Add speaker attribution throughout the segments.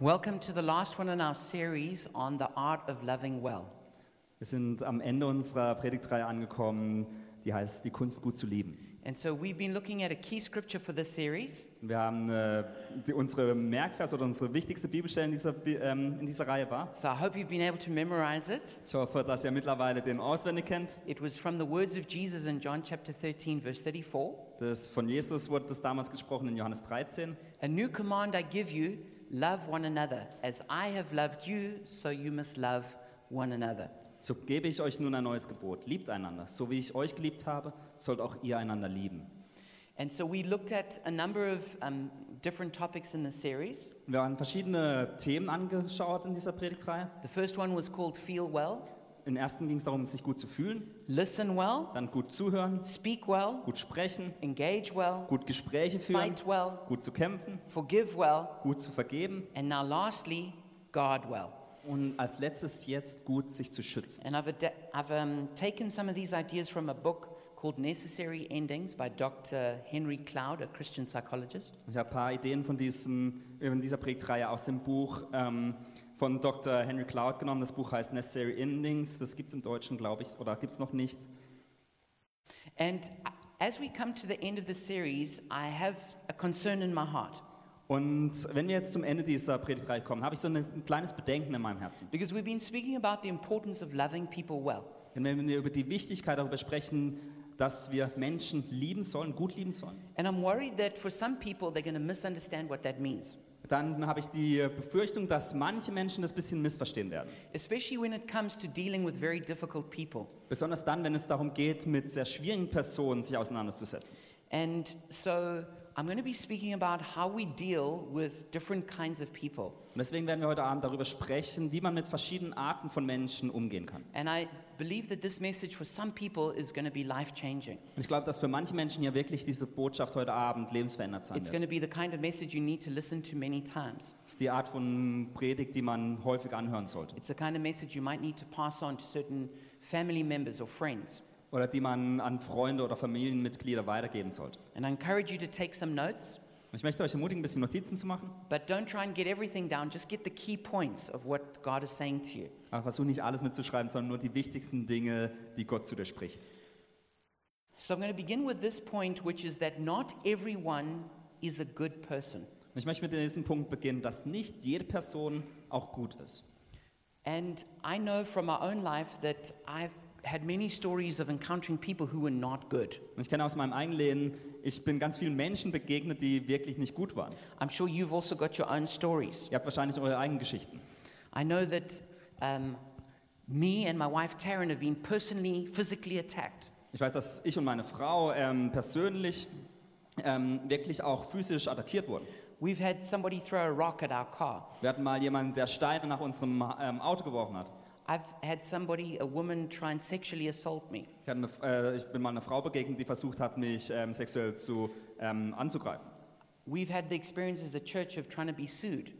Speaker 1: Welcome to the last one in our series on the art of loving well.
Speaker 2: Wir sind am Ende unserer Predigtreihe angekommen, die heißt Die Kunst gut zu lieben.
Speaker 1: And so we've been looking at a key scripture for this series,
Speaker 2: Wir haben äh, die, unsere Merkvers oder unsere wichtigste Bibelstelle in dieser, Bi- ähm, in dieser Reihe war.
Speaker 1: so I hope you've been able to memorize it.
Speaker 2: Ich hoffe, dass ihr mittlerweile den auswendig kennt.
Speaker 1: It was from the words of Jesus in John chapter 13, verse 34.
Speaker 2: Das von Jesus wurde das damals gesprochen in Johannes 13.
Speaker 1: A new command I give you love one another. As I have loved you, so you must love one another.
Speaker 2: So gebe ich euch nun ein neues Gebot. Liebt einander. So wie ich euch geliebt habe, sollt auch ihr einander lieben.
Speaker 1: And so we looked at a number of um, different topics in the series.
Speaker 2: Wir haben verschiedene Themen angeschaut in dieser Predigtreihe.
Speaker 1: The first one was called Feel Well,
Speaker 2: Im ersten ging es darum, sich gut zu fühlen,
Speaker 1: Listen Well,
Speaker 2: dann gut zuhören,
Speaker 1: Speak Well,
Speaker 2: gut sprechen,
Speaker 1: Engage Well,
Speaker 2: gut Gespräche führen,
Speaker 1: Fight Well,
Speaker 2: gut zu kämpfen,
Speaker 1: Forgive Well,
Speaker 2: gut zu vergeben
Speaker 1: and now lastly, Guard Well.
Speaker 2: und als letztes jetzt gut sich zu schützen.
Speaker 1: And I've, ad- I've um, taken some of these ideas from a book called Necessary Endings by Dr. Henry Cloud, a Christian psychologist.
Speaker 2: Ich habe ein paar Ideen von diesem, in dieser Predigtreihe aus dem Buch ähm, von Dr. Henry Cloud genommen. Das Buch heißt Necessary Endings. Das gibt es im Deutschen, glaube ich, oder gibt es noch nicht.
Speaker 1: And as we come to the end of the series, I have a concern in my heart
Speaker 2: Und wenn wir jetzt zum Ende dieser Predigtreihe kommen, habe ich so eine, ein kleines Bedenken in meinem Herzen.
Speaker 1: because we've been speaking about the importance of loving people well.
Speaker 2: Denn wenn wir über die Wichtigkeit darüber sprechen, dass wir Menschen lieben sollen, gut lieben sollen,
Speaker 1: And I'm worried that for some people, they're going to misunderstand what that means,
Speaker 2: dann habe ich die Befürchtung, dass manche Menschen das ein bisschen missverstehen werden.
Speaker 1: especially when it comes to dealing with very difficult people.
Speaker 2: Besonders dann, wenn es darum geht, mit sehr schwierigen Personen sich auseinanderzusetzen.
Speaker 1: And so I'm going to be speaking about how we deal with different kinds of people.
Speaker 2: Und deswegen werden wir heute Abend darüber sprechen, wie man mit verschiedenen Arten von Menschen umgehen kann.
Speaker 1: And I believe that this message for some people is going to be life changing.
Speaker 2: Und ich glaube, dass für manche Menschen hier wirklich diese Botschaft heute Abend lebensverändert sein
Speaker 1: It's
Speaker 2: wird.
Speaker 1: going to be the kind of message you need to listen to many times.
Speaker 2: Das ist die Art von Predigt, die man häufig anhören sollte.
Speaker 1: It's the kind of message you might need to pass on to certain family members or friends.
Speaker 2: Oder die man an Freunde oder Familienmitglieder weitergeben sollte.
Speaker 1: And I encourage you to take some notes,
Speaker 2: Und ich möchte euch ermutigen, ein bisschen Notizen zu machen.
Speaker 1: but don't try and get everything down. Just get the key points of what God is saying to you.
Speaker 2: Aber versuch nicht alles mitzuschreiben, sondern nur die wichtigsten Dinge, die Gott zu dir spricht.
Speaker 1: So I'm going to begin with this point, which is that not everyone is a good person.
Speaker 2: Und ich möchte mit diesem Punkt beginnen, dass nicht jede Person auch gut ist.
Speaker 1: And I know from my own life that I've had many stories of encountering people who were not good.
Speaker 2: Und ich kenne aus meinem eigenen Leben, ich bin ganz vielen Menschen begegnet, die wirklich nicht gut waren.
Speaker 1: I'm sure you've also got your own stories.
Speaker 2: Ihr habt wahrscheinlich eure eigenen Geschichten.
Speaker 1: I know that um, me and my wife Taryn have been personally, physically attacked.
Speaker 2: Ich weiß, dass ich und meine Frau ähm, persönlich ähm, wirklich auch physisch attackiert wurden.
Speaker 1: We've had somebody throw a rock at our car.
Speaker 2: Wir hatten mal jemanden, der Steine nach unserem ähm, Auto geworfen hat.
Speaker 1: I've had somebody, a woman, try and sexually assault me.
Speaker 2: Ich, hatte eine, äh, ich bin mal einer Frau begegnet, die versucht hat, mich ähm, sexuell zu, ähm, anzugreifen.
Speaker 1: We've had the experience as a church of trying to be sued.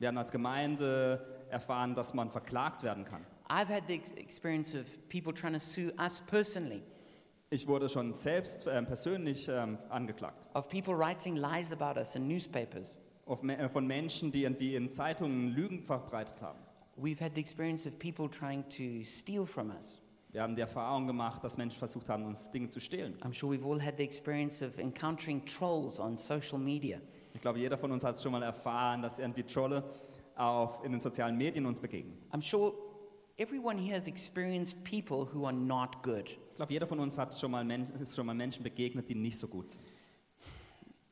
Speaker 2: Wir haben als Gemeinde erfahren, dass man verklagt werden kann.
Speaker 1: I've had the ex- experience of people trying to sue us personally,
Speaker 2: Ich wurde schon selbst ähm, persönlich ähm, angeklagt.
Speaker 1: of people writing lies about us in newspapers.
Speaker 2: Auf, Me- äh, von Menschen, die irgendwie in Zeitungen Lügen verbreitet haben.
Speaker 1: We've had the experience of people trying to steal from us.
Speaker 2: Wir haben die Erfahrung gemacht, dass Menschen versucht haben, uns Dinge zu stehlen.
Speaker 1: I'm sure we've all had the experience of encountering trolls on social media.
Speaker 2: Ich glaube, jeder von uns hat schon mal erfahren, dass irgendwie Trolle auf, in den sozialen Medien uns begegnen.
Speaker 1: I'm sure everyone here has experienced people who are not good.
Speaker 2: Ich glaube, jeder von uns hat schon mal Men ist schon mal Menschen begegnet, die nicht so gut sind.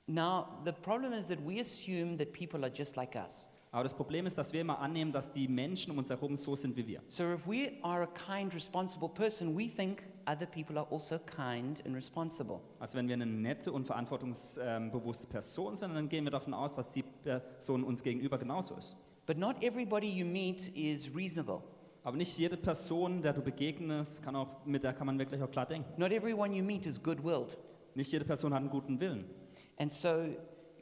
Speaker 1: Now, the problem is that we assume that people are just like us.
Speaker 2: Aber das Problem ist, dass wir immer annehmen, dass die Menschen um uns herum so sind wie wir.
Speaker 1: So, if we are a kind, responsible person, we think other people are also kind and responsible.
Speaker 2: Also wenn wir eine nette und verantwortungsbewusste Person sind, dann gehen wir davon aus, dass die Person uns gegenüber genauso ist.
Speaker 1: But not everybody you meet is reasonable.
Speaker 2: Aber nicht jede Person, der du begegnest, kann auch, mit der kann man wirklich auch klar denken.
Speaker 1: Not everyone you meet is good willed.
Speaker 2: Nicht jede Person hat einen guten Willen.
Speaker 1: And so,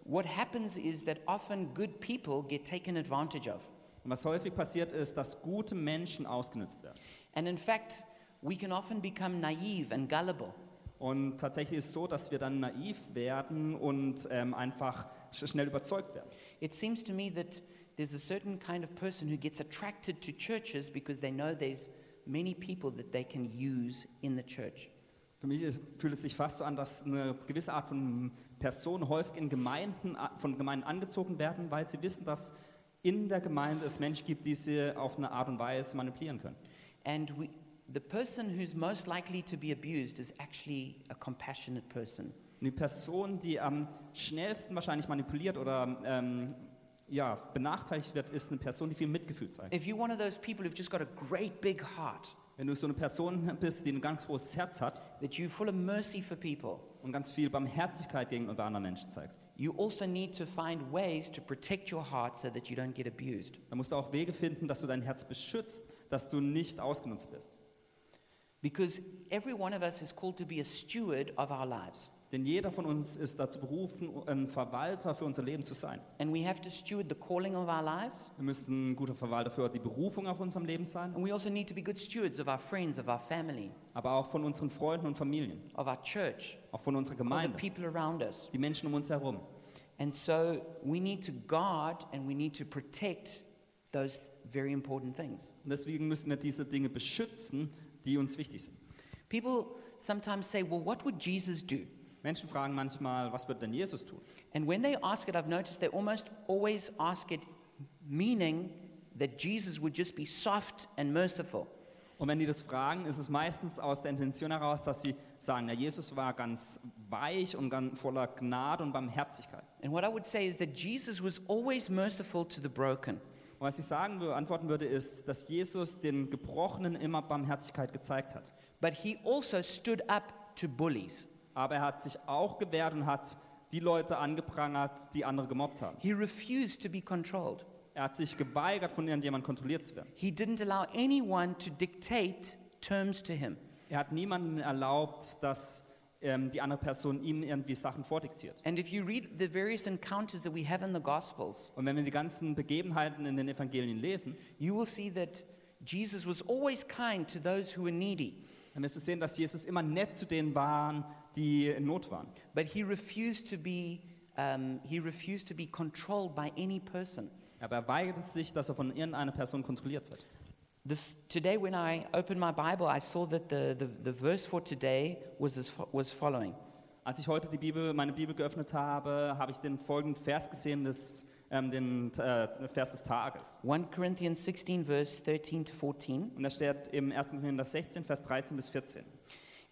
Speaker 1: what happens is that often good people get taken advantage of.
Speaker 2: Und was häufig passiert ist, dass gute Menschen ausgenutzt werden.
Speaker 1: And in fact, we can often become naive and gullible.
Speaker 2: Und tatsächlich ist es so, dass wir dann naiv werden und ähm, einfach sch- schnell überzeugt werden.
Speaker 1: It seems to me that there's a certain kind of person who gets attracted to churches because they know there's many people that they can use in the church.
Speaker 2: Für mich ist, fühlt es sich fast so an, dass eine gewisse Art von Personen häufig in Gemeinden, von Gemeinden angezogen werden, weil sie wissen, dass in der Gemeinde es Menschen gibt, die sie auf eine Art und Weise manipulieren können.
Speaker 1: And we, the person who's most likely to be abused is actually a compassionate person.
Speaker 2: Und die Person, die am schnellsten wahrscheinlich manipuliert oder ähm, ja, benachteiligt wird, ist eine Person, die viel Mitgefühl zeigt.
Speaker 1: If you're one of those people who've just got a great big heart,
Speaker 2: Wenn du so eine Person bist, die ein ganz großes Herz hat
Speaker 1: that you're full of mercy for people,
Speaker 2: und ganz viel Barmherzigkeit gegenüber anderen Menschen zeigst,
Speaker 1: you also need to find ways to protect your heart so that you don't get abused.
Speaker 2: dann musst du auch Wege finden, dass du dein Herz beschützt, dass du nicht ausgenutzt wirst.
Speaker 1: Because every one of us is called to be a steward of our lives.
Speaker 2: Denn jeder von uns ist dazu berufen, ein Verwalter für unser Leben zu sein.
Speaker 1: And we have to steward the calling of our lives.
Speaker 2: Wir müssen ein guter Verwalter für die Berufung auf unserem Leben sein,
Speaker 1: And we also need to be good stewards of our friends, of our family,
Speaker 2: aber auch von unseren Freunden und Familien,
Speaker 1: of our church,
Speaker 2: auch von unserer
Speaker 1: of the
Speaker 2: Gemeinde,
Speaker 1: people around us.
Speaker 2: die Menschen um uns herum.
Speaker 1: And so we need to guard and we need to protect those very important things.
Speaker 2: Und deswegen müssen wir diese Dinge beschützen, die uns wichtig sind.
Speaker 1: People sometimes say, well, what would Jesus do?
Speaker 2: Menschen fragen manchmal, was wird denn Jesus tun?
Speaker 1: And when they ask it, I've noticed they almost always ask it, meaning that Jesus would just be soft and merciful.
Speaker 2: Und wenn die das fragen, ist es meistens aus der Intention heraus, dass sie sagen, ja, Jesus war ganz weich und ganz voller Gnade und Barmherzigkeit.
Speaker 1: And what I would say is that Jesus was always merciful to the broken.
Speaker 2: Und was ich sagen würde, antworten würde, ist, dass Jesus den Gebrochenen immer Barmherzigkeit gezeigt hat.
Speaker 1: But he also stood up to bullies.
Speaker 2: Aber er hat sich auch gewehrt und hat die Leute angeprangert, die andere gemobbt haben.
Speaker 1: He refused to be controlled.
Speaker 2: Er hat sich geweigert, von irgendjemandem kontrolliert zu werden.
Speaker 1: He didn't allow anyone to dictate terms to him.
Speaker 2: Er hat niemandem erlaubt, dass ähm, die andere Person ihm irgendwie Sachen vordiktiert.
Speaker 1: And if you read the various encounters that we have in the Gospels,
Speaker 2: Und wenn wir die ganzen Begebenheiten in den Evangelien lesen,
Speaker 1: you will see that Jesus was always kind to those who were needy,
Speaker 2: dann wirst du sehen, dass Jesus immer nett zu denen waren, die in Not waren.
Speaker 1: but he refused to be, um, he refused to be controlled by any person.
Speaker 2: Aber er weigert sich, dass er von irgendeiner Person kontrolliert wird.
Speaker 1: This, today, when I opened my Bible, I saw that the, the, the verse for today was, as, fo- was following
Speaker 2: Als ich heute die Bibel, meine Bibel geöffnet habe, habe ich den folgenden Vers gesehen, des, ähm, den äh, Vers des Tages.
Speaker 1: 1 Corinthians 16, verse 13 to 14.
Speaker 2: Und da steht im 1. Korinther 16, Vers 13 bis 14.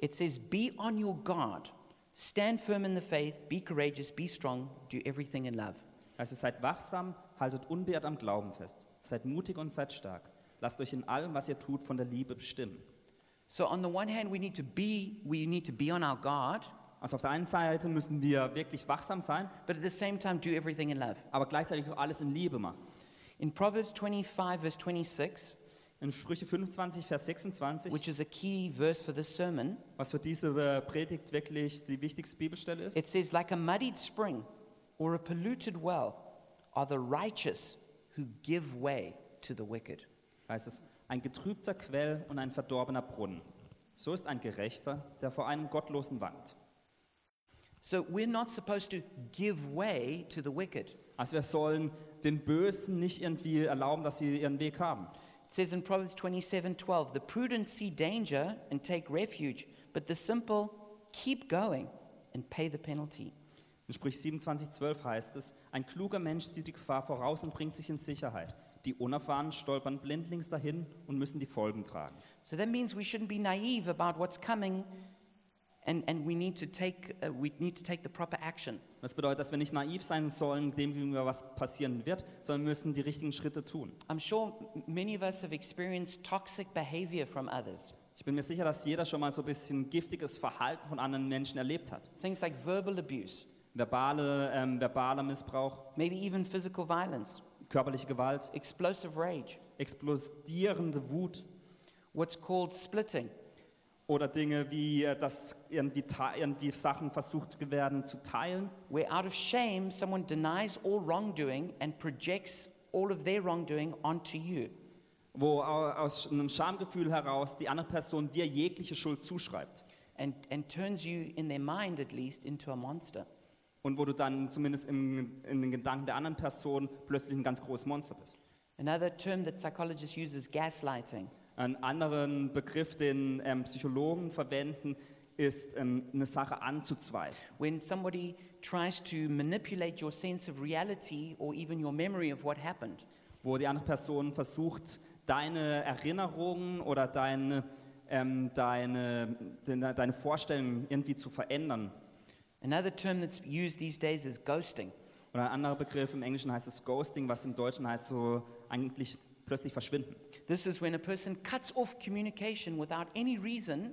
Speaker 1: It says, Be on your guard, stand firm in the faith, be courageous, be strong, do everything in love.
Speaker 2: Also seid wachsam, haltet unbeirrt am Glauben fest. Seid mutig und seid stark. Lasst euch in allem, was ihr tut, von der Liebe bestimmen.
Speaker 1: So on the one hand, we need to be we need to be on our guard,
Speaker 2: Also auf der einen Seite müssen wir wirklich wachsam sein,
Speaker 1: but at the same time do everything in love.
Speaker 2: aber gleichzeitig auch alles in Liebe machen.
Speaker 1: In Proverbs 25 verse 26,
Speaker 2: In Sprüche 25, Vers 26,
Speaker 1: which is a key verse for this sermon,
Speaker 2: was für diese äh, Predigt wirklich die wichtigste Bibelstelle ist.
Speaker 1: it says like a muddied spring or a polluted well are the righteous who give way to the wicked.
Speaker 2: heißt es, ein getrübter Quell und ein verdorbener Brunnen. So ist ein Gerechter, der vor einem Gottlosen wankt.
Speaker 1: So we're not supposed to give way to the wicked.
Speaker 2: Also wir sollen den Bösen nicht irgendwie erlauben, dass sie ihren Weg haben.
Speaker 1: It says in Proverbs 27:12, "The prudent see danger and take refuge, but the simple keep going and pay the penalty."
Speaker 2: In Sprich 27,12 heißt es, ein kluger Mensch sieht die Gefahr voraus und bringt sich in Sicherheit. Die Unerfahrenen stolpern blindlings dahin und müssen die Folgen tragen.
Speaker 1: So that means we shouldn't be naive about what's coming and, and we, need to take, uh, we need to take the proper action.
Speaker 2: Das bedeutet, dass wir nicht naiv sein sollen, dem gegenüber was passieren wird, sondern wir müssen die richtigen Schritte tun.
Speaker 1: I'm sure m- many of us have experienced toxic behavior from others.
Speaker 2: Ich bin mir sicher, dass jeder schon mal so ein bisschen giftiges Verhalten von anderen Menschen erlebt hat.
Speaker 1: Things like verbal abuse,
Speaker 2: Verbale, ähm, verbaler Missbrauch,
Speaker 1: maybe even physical violence,
Speaker 2: körperliche Gewalt,
Speaker 1: explosive rage,
Speaker 2: explodierende Wut
Speaker 1: what's called splitting,
Speaker 2: oder Dinge wie, äh, dass irgendwie, te- irgendwie Sachen versucht werden zu teilen,
Speaker 1: where out of shame someone denies all wrongdoing and projects all of their wrongdoing onto you.
Speaker 2: wo au- aus einem Schamgefühl heraus die andere Person dir jegliche Schuld zuschreibt
Speaker 1: And, and turns you, in their mind at least, into a monster.
Speaker 2: und wo du dann zumindest im, in den Gedanken der anderen Person plötzlich ein ganz großes Monster bist.
Speaker 1: Another term that psychologists use is gaslighting.
Speaker 2: Einen anderen Begriff, den ähm, Psychologen verwenden, ist ähm, eine Sache anzuzweifeln.
Speaker 1: When somebody tries to manipulate your sense of reality or even your memory of what happened,
Speaker 2: wo die andere Person versucht, deine Erinnerungen oder deine, ähm, deine, deine, deine Vorstellungen irgendwie zu verändern.
Speaker 1: Another term that's used these days is ghosting.
Speaker 2: Oder ein anderer Begriff im Englischen heißt es Ghosting, was im Deutschen heißt so eigentlich plötzlich verschwinden.
Speaker 1: This is when a person cuts off communication without any reason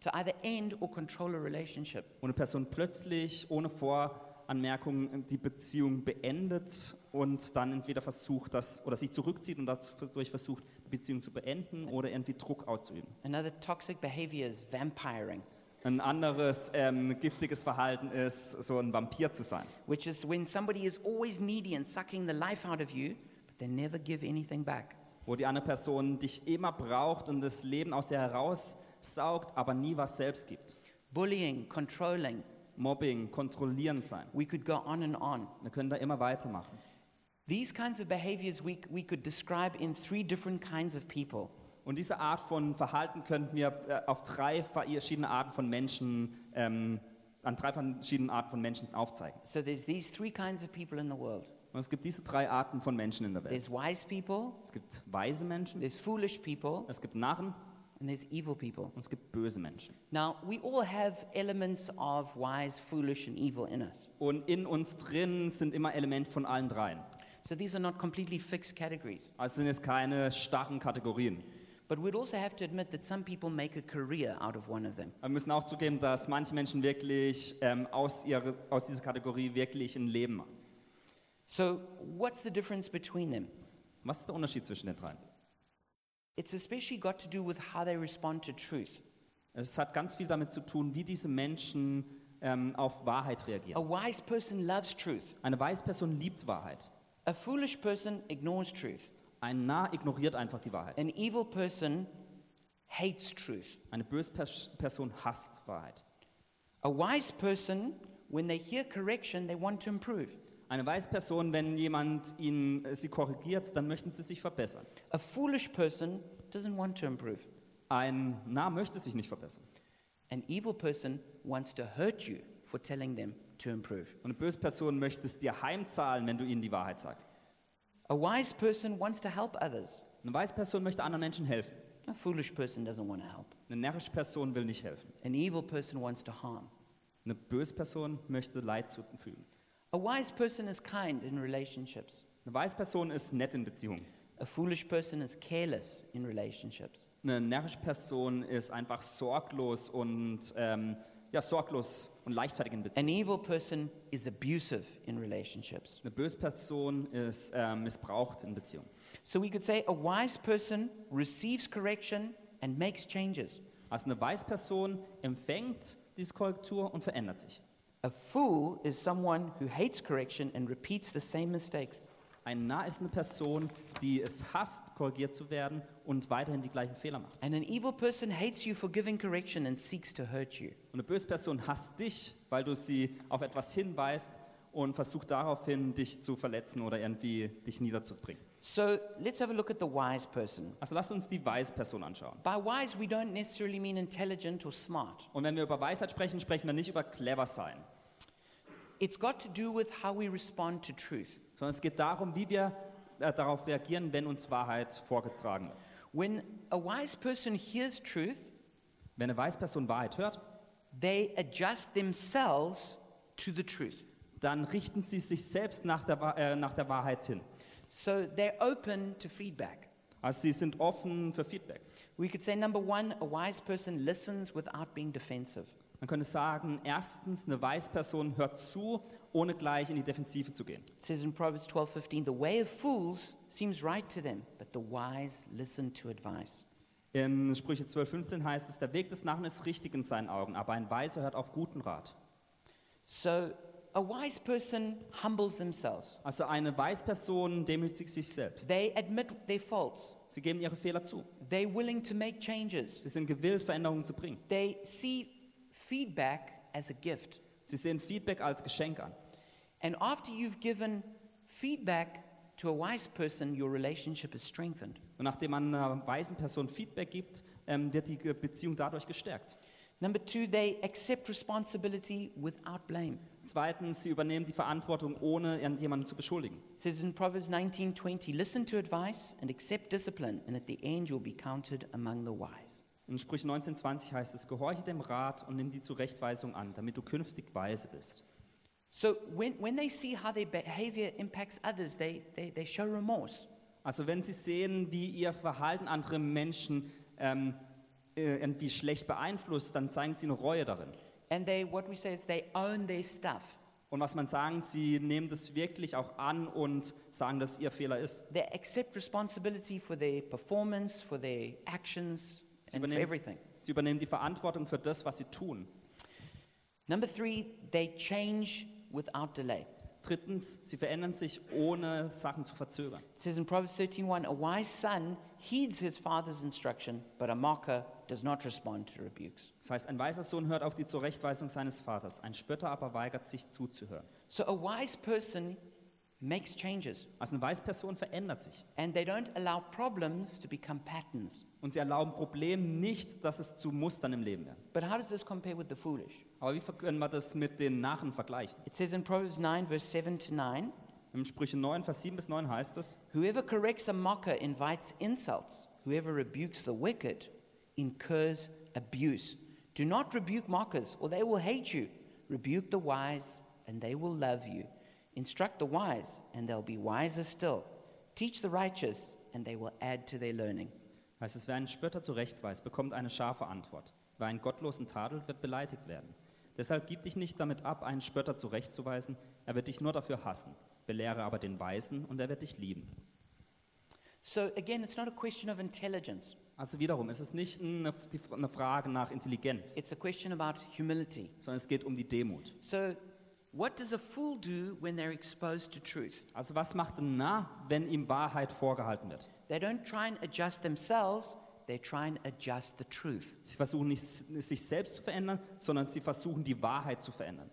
Speaker 1: to either end or control a relationship.
Speaker 2: Wo eine Person plötzlich ohne Voranmerkung die Beziehung beendet und dann entweder versucht, das oder sich zurückzieht und dadurch versucht, die Beziehung zu beenden oder irgendwie Druck auszuüben.
Speaker 1: Another toxic behavior is vampiring,
Speaker 2: Ein anderes ähm, giftiges Verhalten ist, so ein Vampir zu sein.
Speaker 1: which is when somebody is always needy and sucking the life out of you, but they never give anything back.
Speaker 2: wo die andere Person dich immer braucht und das Leben aus dir heraussaugt, aber nie was selbst gibt.
Speaker 1: Bullying, controlling,
Speaker 2: Mobbing, kontrollieren sein.
Speaker 1: we could go on and on.
Speaker 2: Wir können da immer weitermachen.
Speaker 1: These kinds of behaviors we, we could describe in three different kinds of people.
Speaker 2: Und diese Art von Verhalten könnten wir äh, auf drei verschiedene Arten von Menschen, ähm, an drei verschiedenen Arten von Menschen aufzeigen.
Speaker 1: So there's these three kinds of people in the world.
Speaker 2: Und es gibt diese drei Arten von Menschen in der Welt.
Speaker 1: There's wise people,
Speaker 2: Es gibt weise Menschen,
Speaker 1: there's foolish people,
Speaker 2: es gibt Narren
Speaker 1: and there's evil people.
Speaker 2: und es gibt böse Menschen.
Speaker 1: Now, we all have elements of wise, foolish, and evil in us.
Speaker 2: Und in uns drin sind immer Elemente von allen dreien.
Speaker 1: So these are not completely fixed categories.
Speaker 2: Also sind jetzt keine starren Kategorien.
Speaker 1: But we'd also have to admit that some people make a career out of one of them.
Speaker 2: Wir müssen auch zugeben, dass manche Menschen wirklich ähm, aus, ihrer, aus dieser Kategorie wirklich ein Leben machen.
Speaker 1: So, what's the difference between them?
Speaker 2: Was ist der Unterschied zwischen den dreien?
Speaker 1: It's especially got to do with how they respond to truth.
Speaker 2: Es hat ganz viel damit zu tun, wie diese Menschen ähm, auf Wahrheit
Speaker 1: A
Speaker 2: reagieren.
Speaker 1: wise person loves truth,
Speaker 2: Eine weise Person liebt Wahrheit.
Speaker 1: a foolish person ignores truth,
Speaker 2: Ein Narr ignoriert einfach die Wahrheit.
Speaker 1: an evil person hates truth.
Speaker 2: Eine böse Pers- Person hasst Wahrheit.
Speaker 1: A wise person, when they hear correction, they want to improve.
Speaker 2: Eine weise Person, wenn jemand ihn, äh, sie korrigiert, dann möchten sie sich verbessern.
Speaker 1: A foolish person doesn't want to improve.
Speaker 2: Ein Narr möchte sich nicht verbessern.
Speaker 1: An evil person wants to hurt you for telling them to improve.
Speaker 2: Und eine böse Person möchte es dir heimzahlen, wenn du ihnen die Wahrheit sagst.
Speaker 1: A wise person wants to help others.
Speaker 2: Eine weise Person möchte anderen Menschen helfen.
Speaker 1: A foolish person doesn't want to help.
Speaker 2: Eine närrische Person will nicht helfen.
Speaker 1: An evil person wants to harm.
Speaker 2: Eine böse Person möchte Leid zufügen.
Speaker 1: A wise person is kind in relationships.
Speaker 2: Eine weiße Person ist nett in Beziehungen.
Speaker 1: A foolish person is careless in relationships.
Speaker 2: Eine närrische Person ist einfach sorglos und ähm, ja, sorglos und leichtfertig in Beziehungen.
Speaker 1: An evil person is abusive in relationships.
Speaker 2: Eine böse Person ist ähm, missbraucht in Beziehungen.
Speaker 1: So we could say a wise person receives correction and makes changes.
Speaker 2: Also eine weiße Person empfängt diese Korrektur und verändert sich.
Speaker 1: A fool is someone who hates correction and repeats the same mistakes.
Speaker 2: Ein Narr ist eine Person, die es hasst, korrigiert zu werden und weiterhin die gleichen Fehler macht.
Speaker 1: And an evil person hates you for giving correction and seeks to hurt you.
Speaker 2: Und eine böse Person hasst dich, weil du sie auf etwas hinweist und versucht daraufhin, dich zu verletzen oder irgendwie dich niederzubringen.
Speaker 1: So let's have a look at the wise person.
Speaker 2: Also lass uns die weise Person anschauen.
Speaker 1: By wise, we don't necessarily mean intelligent or smart.
Speaker 2: Und wenn wir über Weisheit sprechen, sprechen wir nicht über clever sein,
Speaker 1: It's got to do with how we respond to truth.
Speaker 2: sondern es geht darum, wie wir äh, darauf reagieren, wenn uns Wahrheit vorgetragen wird.
Speaker 1: When a wise person hears truth,
Speaker 2: Wenn eine weise Person Wahrheit hört,
Speaker 1: they adjust themselves to the truth.
Speaker 2: dann richten sie sich selbst nach der, Wa- äh, nach der Wahrheit hin.
Speaker 1: So they're open to feedback.
Speaker 2: Also sie sind offen für Feedback.
Speaker 1: We could say number one, a wise person listens without being defensive.
Speaker 2: Man könnte sagen, erstens, eine weise Person hört zu, ohne gleich in die Defensive zu gehen.
Speaker 1: It says in Proverbs 12:15, "The way of fools seems right to them, but the wise listen to advice."
Speaker 2: In Sprüche 12,15 heißt es, der Weg des Narren ist richtig in seinen Augen, aber ein Weiser hört auf guten Rat.
Speaker 1: So a wise person humbles themselves.
Speaker 2: Also eine weise Person demütigt sich selbst.
Speaker 1: They admit their faults.
Speaker 2: Sie geben ihre Fehler zu.
Speaker 1: They're willing to make changes.
Speaker 2: Sie sind gewillt, Veränderungen zu bringen.
Speaker 1: They see feedback as a gift.
Speaker 2: Sie sehen Feedback als Geschenk an.
Speaker 1: And after you've given feedback to a wise person, your relationship is strengthened.
Speaker 2: Und nachdem man einer weisen Person Feedback gibt, ähm, wird die Ge- Beziehung dadurch gestärkt.
Speaker 1: Number two, they accept responsibility without blame.
Speaker 2: Zweitens, sie übernehmen die Verantwortung, ohne jemanden zu beschuldigen.
Speaker 1: It says in Proverbs 19:20, listen to advice and accept discipline, and at the end you'll be counted among the wise.
Speaker 2: In Sprüche 1920 heißt es, gehorche dem Rat und nimm die Zurechtweisung an, damit du künftig weise bist.
Speaker 1: So when, when they see how their behavior impacts others, they, they, they show remorse.
Speaker 2: Also wenn sie sehen, wie ihr Verhalten andere Menschen ähm, äh, irgendwie schlecht beeinflusst, dann zeigen sie eine Reue darin.
Speaker 1: And they, what we say is they own their stuff.
Speaker 2: Und was man sagen, sie nehmen das wirklich auch an und sagen, dass ihr Fehler ist.
Speaker 1: They accept responsibility for their performance, for their actions,
Speaker 2: Sie
Speaker 1: and for
Speaker 2: übernehmen-
Speaker 1: everything.
Speaker 2: Sie übernehmen die Verantwortung für das, was sie tun.
Speaker 1: Number three, they change without delay.
Speaker 2: Drittens, sie verändern sich, ohne Sachen zu verzögern.
Speaker 1: It says in Proverbs 13:1, a wise son heeds his father's instruction, but a mocker does not respond to rebukes.
Speaker 2: Das heißt, ein weiser Sohn hört auf die Zurechtweisung seines Vaters, ein Spötter aber weigert sich zuzuhören.
Speaker 1: So a wise person makes changes,
Speaker 2: Also eine weise Person verändert sich.
Speaker 1: and they don't allow problems to become patterns.
Speaker 2: Und sie erlauben Problemen nicht, dass es zu Mustern im Leben wird.
Speaker 1: But how does this compare with the foolish?
Speaker 2: Aber wie ver- können wir das mit den Narren vergleichen?
Speaker 1: It says in Proverbs 9, verse 7 to 9,
Speaker 2: Im Sprüche 9, Vers 7 bis 9 heißt es,
Speaker 1: whoever corrects a mocker invites insults, whoever rebukes the wicked incurs abuse. Do not rebuke mockers, or they will hate you. Rebuke the wise, and they will love you. Instruct the wise, and they'll be wiser still. Teach the righteous, and they will add to their learning.
Speaker 2: heißt es, wer einen Spötter zurechtweist, bekommt eine scharfe Antwort. Wer einen gottlosen tadelt, wird beleidigt werden. Deshalb gib dich nicht damit ab, einen Spötter zurechtzuweisen, er wird dich nur dafür hassen. Belehre aber den Weisen und er wird dich lieben.
Speaker 1: So again, it's not a question of intelligence,
Speaker 2: Also wiederum, es ist nicht eine, die, eine Frage nach Intelligenz,
Speaker 1: it's a question about humility.
Speaker 2: sondern es geht um die Demut.
Speaker 1: So, what does a fool do when they're exposed to truth?
Speaker 2: Also was macht ein Narr, wenn ihm Wahrheit vorgehalten wird?
Speaker 1: They don't try and adjust themselves, they try and adjust the truth.
Speaker 2: Sie versuchen nicht sich selbst zu verändern, sondern sie versuchen die Wahrheit zu verändern.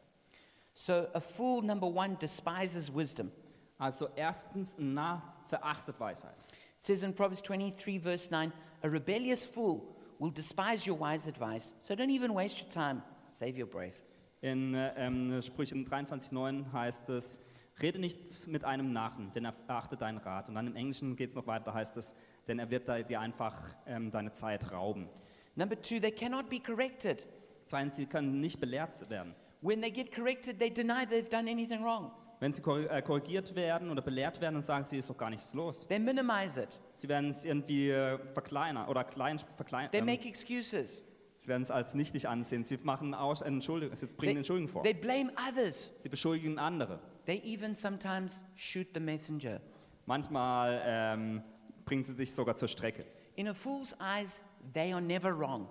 Speaker 1: So, a fool, number one, despises wisdom.
Speaker 2: Also erstens, ein Narr verachtet Weisheit.
Speaker 1: It says in Proverbs 23, verse 9 A rebellious fool will despise your wise advice, so don't even waste your time, save your breath.
Speaker 2: In äh, ähm, Sprüchen 23,9 heißt es, rede nicht mit einem Narren, denn er verachtet deinen Rat. Und dann im Englischen geht es noch weiter, da heißt es, denn er wird da- dir einfach ähm, deine Zeit rauben.
Speaker 1: Number two, they cannot be corrected.
Speaker 2: Zweitens, sie können nicht belehrt werden.
Speaker 1: When they get corrected, they deny they've done anything wrong,
Speaker 2: Wenn sie korri- äh, korrigiert werden oder belehrt werden und sagen, sie ist doch gar nichts los.
Speaker 1: they minimize it,
Speaker 2: Sie werden es irgendwie äh, verkleinern oder klein verkleinern.
Speaker 1: they
Speaker 2: Ähm,
Speaker 1: make excuses,
Speaker 2: sie werden es als nichtig ansehen. Sie machen aus, Entschuldigung, sie bringen
Speaker 1: They-
Speaker 2: Entschuldigung vor.
Speaker 1: they blame others,
Speaker 2: Sie beschuldigen andere.
Speaker 1: they even sometimes shoot the messenger.
Speaker 2: Manchmal ähm, bringen sie sich sogar zur Strecke.
Speaker 1: In a fool's eyes, they are never wrong.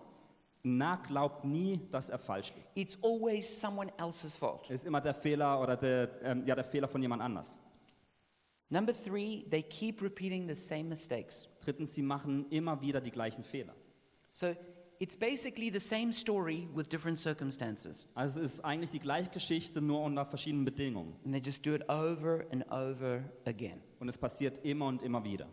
Speaker 2: Na glaubt nie, dass er falsch liegt.
Speaker 1: It's always someone else's fault.
Speaker 2: Es ist immer der Fehler oder der, ähm, ja, der Fehler von jemand anders.
Speaker 1: Number three, they keep repeating the same mistakes.
Speaker 2: Drittens, sie machen immer wieder die gleichen Fehler.
Speaker 1: So it's basically the same story with different circumstances.
Speaker 2: Also es ist eigentlich die gleiche Geschichte, nur unter verschiedenen Bedingungen.
Speaker 1: And they just do it over and over again.
Speaker 2: Und es passiert immer und immer wieder.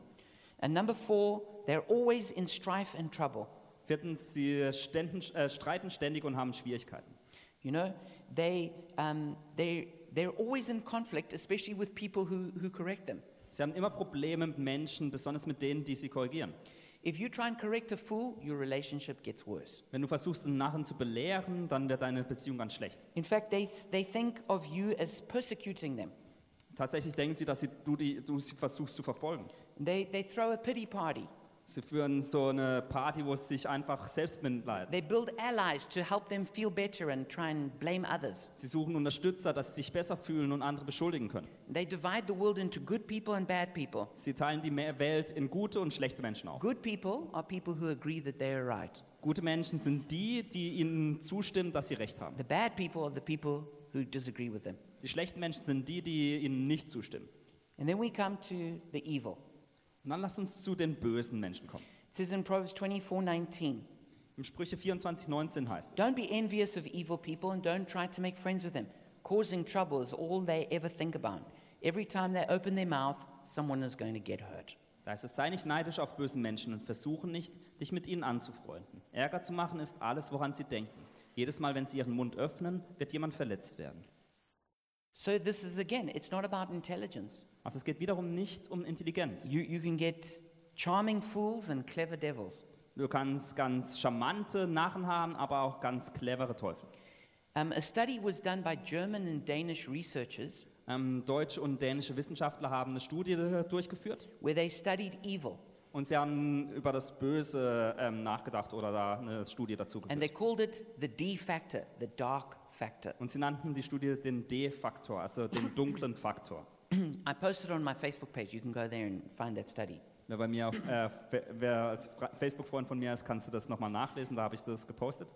Speaker 1: And number four, they're always in strife and trouble.
Speaker 2: Viertens, sie ständen, äh, streiten ständig und haben Schwierigkeiten.
Speaker 1: You know, they, um, they, they're always in conflict, especially with people who, who correct them.
Speaker 2: Sie haben immer Probleme mit Menschen, besonders mit denen, die sie korrigieren.
Speaker 1: If you try and correct a fool, your relationship gets worse.
Speaker 2: Wenn du versuchst, einen Narren zu belehren, dann wird deine Beziehung ganz schlecht.
Speaker 1: In fact, they, they think of you as persecuting them.
Speaker 2: Tatsächlich denken sie, dass sie, du, die, du sie versuchst zu verfolgen.
Speaker 1: They, they throw a pity party.
Speaker 2: Sie führen so eine Party, wo sie sich einfach selbst mitleiden.
Speaker 1: They build allies to help them feel better and try and blame others.
Speaker 2: Sie suchen Unterstützer, dass sie sich besser fühlen und andere beschuldigen können.
Speaker 1: They divide the world into good people and bad people.
Speaker 2: Sie teilen die Me- Welt in gute und schlechte Menschen auf.
Speaker 1: Good people are people who agree that they are right.
Speaker 2: Gute Menschen sind die, die ihnen zustimmen, dass sie recht haben.
Speaker 1: The bad people are the people who disagree with them.
Speaker 2: Die schlechten Menschen sind die, die ihnen nicht zustimmen.
Speaker 1: And then we come to the evil.
Speaker 2: Und dann lasst uns zu den bösen Menschen kommen.
Speaker 1: It says in Proverbs 24:19,
Speaker 2: Im Sprüche 24,19 heißt es,
Speaker 1: "Don't be envious of evil people and don't try to make friends with them, Causing trouble is all they ever think about. Every time they open their mouth, someone is going to get hurt.
Speaker 2: Da heißt es, sei nicht neidisch auf böse Menschen und versuche nicht, dich mit ihnen anzufreunden. Ärger zu machen ist alles, woran sie denken. Jedes Mal, wenn sie ihren Mund öffnen, wird jemand verletzt werden.
Speaker 1: So, this is again, it's not about intelligence.
Speaker 2: Also es geht wiederum nicht um Intelligenz.
Speaker 1: You, you can get charming fools and clever devils.
Speaker 2: Du kannst ganz charmante Narren haben, aber auch ganz clevere Teufel.
Speaker 1: Um, a study was done by German and Danish researchers
Speaker 2: Ähm, deutsche und dänische Wissenschaftler haben eine Studie äh, durchgeführt
Speaker 1: where they studied evil
Speaker 2: und sie haben über das Böse ähm, nachgedacht oder da eine Studie dazu
Speaker 1: and
Speaker 2: geführt.
Speaker 1: they called it the D factor, the dark factor.
Speaker 2: Und sie nannten die Studie den D-Faktor, also den dunklen Faktor.
Speaker 1: I posted on my Facebook page. You can go there and find that study.
Speaker 2: Wer bei mir, auf, äh, fe- wer als Fra- Facebook-Freund von mir ist, kannst du das nochmal nachlesen, da habe ich das gepostet.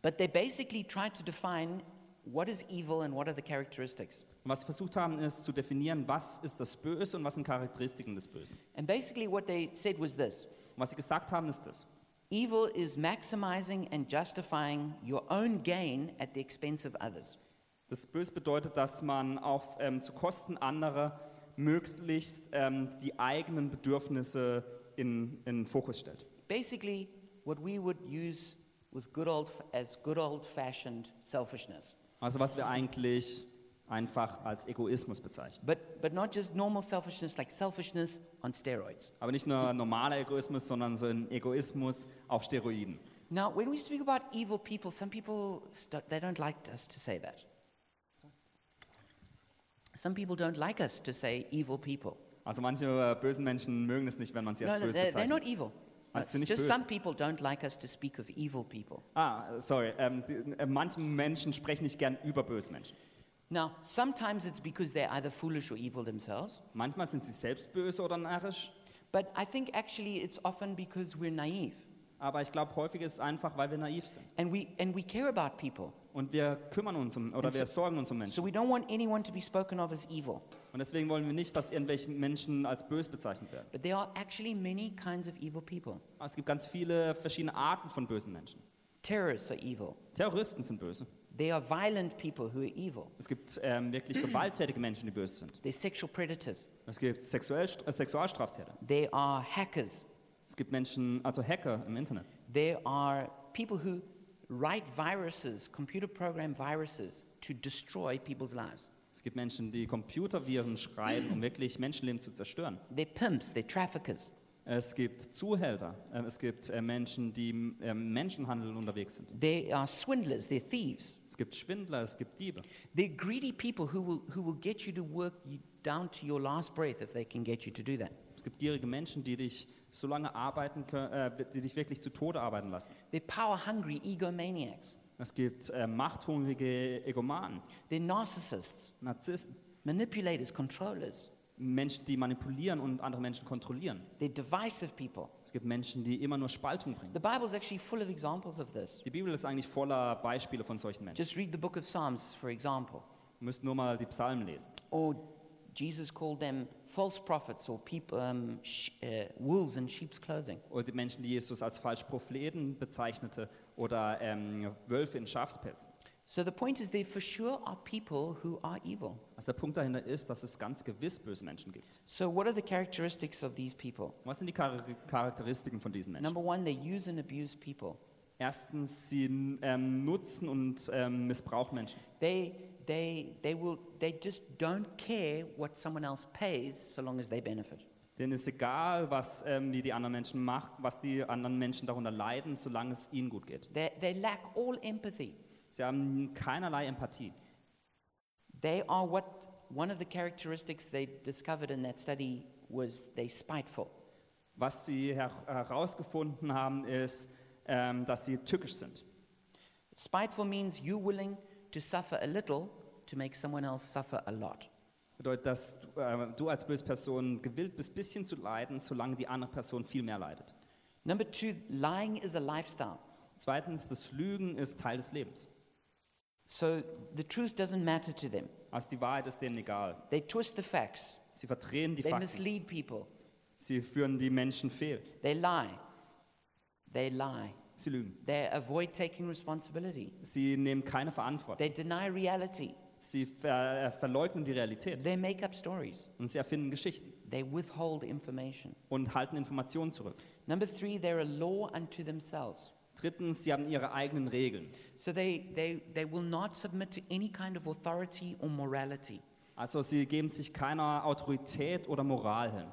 Speaker 1: But they basically tried to define what is evil and what are the characteristics.
Speaker 2: Und was sie versucht haben, ist zu definieren, was ist das Böse und was sind Charakteristiken des Bösen.
Speaker 1: And basically, what they said was this
Speaker 2: Und was sie gesagt haben, ist das.
Speaker 1: evil is maximizing and justifying your own gain at the expense of others.
Speaker 2: Das Böse bedeutet, dass man auf, ähm, zu Kosten anderer möglichst ähm, die eigenen Bedürfnisse in, in den Fokus stellt.
Speaker 1: Basically, what we would use with good old, as good old fashioned selfishness.
Speaker 2: Also was wir eigentlich einfach als Egoismus bezeichnen.
Speaker 1: But, but not just normal selfishness, like selfishness on steroids.
Speaker 2: Aber nicht nur normaler Egoismus, sondern so ein Egoismus auf Steroiden.
Speaker 1: Now, when we speak about evil people, some people st- they don't like us to say that. Some people don't like us to say evil people.
Speaker 2: Also manche äh, bösen Menschen mögen es nicht, wenn man sie als
Speaker 1: No, no,
Speaker 2: böse
Speaker 1: they're, they're not
Speaker 2: bezeichnet.
Speaker 1: evil.
Speaker 2: Ah,
Speaker 1: It's
Speaker 2: sind nicht
Speaker 1: just
Speaker 2: böse.
Speaker 1: some people don't like us to speak of evil people.
Speaker 2: Ah, sorry. Ähm, die, äh, manche Menschen sprechen nicht gern über böse Menschen.
Speaker 1: Now, sometimes it's because they're either foolish or evil themselves,
Speaker 2: Manchmal sind sie selbst böse oder narrisch.
Speaker 1: but I think actually it's often because we're naive
Speaker 2: Aber ich glaube, häufig ist es einfach, weil wir naiv sind.
Speaker 1: and we, and we care about people.
Speaker 2: Und wir kümmern uns um, oder
Speaker 1: Und so-
Speaker 2: wir sorgen uns
Speaker 1: So
Speaker 2: um Menschen.
Speaker 1: we don't want anyone to be spoken of as evil.
Speaker 2: Und deswegen wollen wir nicht, dass irgendwelche Menschen als böse bezeichnet werden.
Speaker 1: But there are actually many kinds of evil people.
Speaker 2: Aber es gibt ganz viele verschiedene Arten von bösen Menschen.
Speaker 1: Terrorists are evil.
Speaker 2: Terroristen sind böse.
Speaker 1: They are violent people who are evil.
Speaker 2: Es gibt ähm, wirklich gewalttätige Menschen, die böse sind.
Speaker 1: They're sexual predators.
Speaker 2: Es gibt sexuell, äh, Sexualstraftäter.
Speaker 1: They are hackers.
Speaker 2: Es gibt Menschen, also Hacker im Internet.
Speaker 1: They are people who write viruses, computer program viruses, to destroy people's lives.
Speaker 2: Es gibt Menschen, die Computerviren schreiben, um wirklich Menschenleben zu zerstören.
Speaker 1: They're pimps, they're traffickers.
Speaker 2: Es gibt Zuhälter. Ähm, es gibt äh, Menschen, die ähm, Menschenhandel unterwegs sind.
Speaker 1: They are swindlers, they're thieves.
Speaker 2: Es gibt Schwindler, es gibt Diebe.
Speaker 1: They're greedy people who will, who will get you to work you down to your last breath if they can get you to do that.
Speaker 2: Es gibt gierige Menschen, die dich so lange arbeiten können, äh, die dich wirklich zu Tode arbeiten lassen.
Speaker 1: They're power hungry egomaniacs.
Speaker 2: Es gibt äh, machthungrige Egomanen,
Speaker 1: They're narcissists,
Speaker 2: Narzissten,
Speaker 1: manipulators, controllers.
Speaker 2: Menschen, die manipulieren und andere Menschen kontrollieren.
Speaker 1: They're divisive people.
Speaker 2: Es gibt Menschen, die immer nur Spaltung bringen.
Speaker 1: The Bible is actually full of examples of this.
Speaker 2: Die Bibel ist eigentlich voller Beispiele von solchen Menschen.
Speaker 1: Just read the book of Psalms, for example.
Speaker 2: Ihr müsst nur mal die Psalmen lesen.
Speaker 1: Or Jesus called them false prophets or peop, um, sh- uh, wolves in sheep's clothing.
Speaker 2: Oder die Menschen, die Jesus als Falschpropheten bezeichnete oder ähm, Wölfe in Schafspelzen.
Speaker 1: So the point is, there for sure are people who are evil.
Speaker 2: Also der Punkt dahinter ist, dass es ganz gewiss böse Menschen gibt.
Speaker 1: So, what are the characteristics of these people?
Speaker 2: Was sind die Char Charakteristiken von diesen Menschen?
Speaker 1: Number one, they use and abuse people.
Speaker 2: Erstens, sie ähm, nutzen und ähm, missbrauchen Menschen.
Speaker 1: They, they, they, will, they just don't care what someone else pays so long as they benefit.
Speaker 2: Denen ist egal, was ähm, wie die anderen Menschen machen, was die anderen Menschen darunter leiden, solange es ihnen gut geht.
Speaker 1: They, they lack all empathy.
Speaker 2: Sie haben keinerlei Empathie.
Speaker 1: They are what one of the characteristics they discovered in that study was they spiteful.
Speaker 2: Was sie her herausgefunden haben, ist, ähm, dass sie tückisch sind.
Speaker 1: Spiteful means you willing to suffer a little to make someone else suffer a lot.
Speaker 2: Bedeutet, dass du, äh, du als böse Person gewillt bist, bisschen zu leiden, solange die andere Person viel mehr leidet.
Speaker 1: Number two, lying is a lifestyle.
Speaker 2: Zweitens, das Lügen ist Teil des Lebens.
Speaker 1: So the truth doesn't matter to them.
Speaker 2: Also die Wahrheit ist denen egal.
Speaker 1: They twist the facts,
Speaker 2: Sie verdrehen die
Speaker 1: they
Speaker 2: Fakten.
Speaker 1: mislead people,
Speaker 2: Sie führen die Menschen fehl.
Speaker 1: they lie, they lie,
Speaker 2: Sie lügen.
Speaker 1: they avoid taking responsibility,
Speaker 2: Sie nehmen keine Verantwortung.
Speaker 1: they deny reality,
Speaker 2: Sie ver äh, verleugnen die Realität
Speaker 1: They make up stories,
Speaker 2: und sie erfinden Geschichten
Speaker 1: they withhold information.
Speaker 2: und halten Informationen zurück.
Speaker 1: Number three, they're a law unto themselves.
Speaker 2: Drittens, sie haben ihre eigenen Regeln.
Speaker 1: So they, they, they will not submit to any kind of authority or morality.
Speaker 2: Also sie geben sich keiner Autorität oder Moral hin.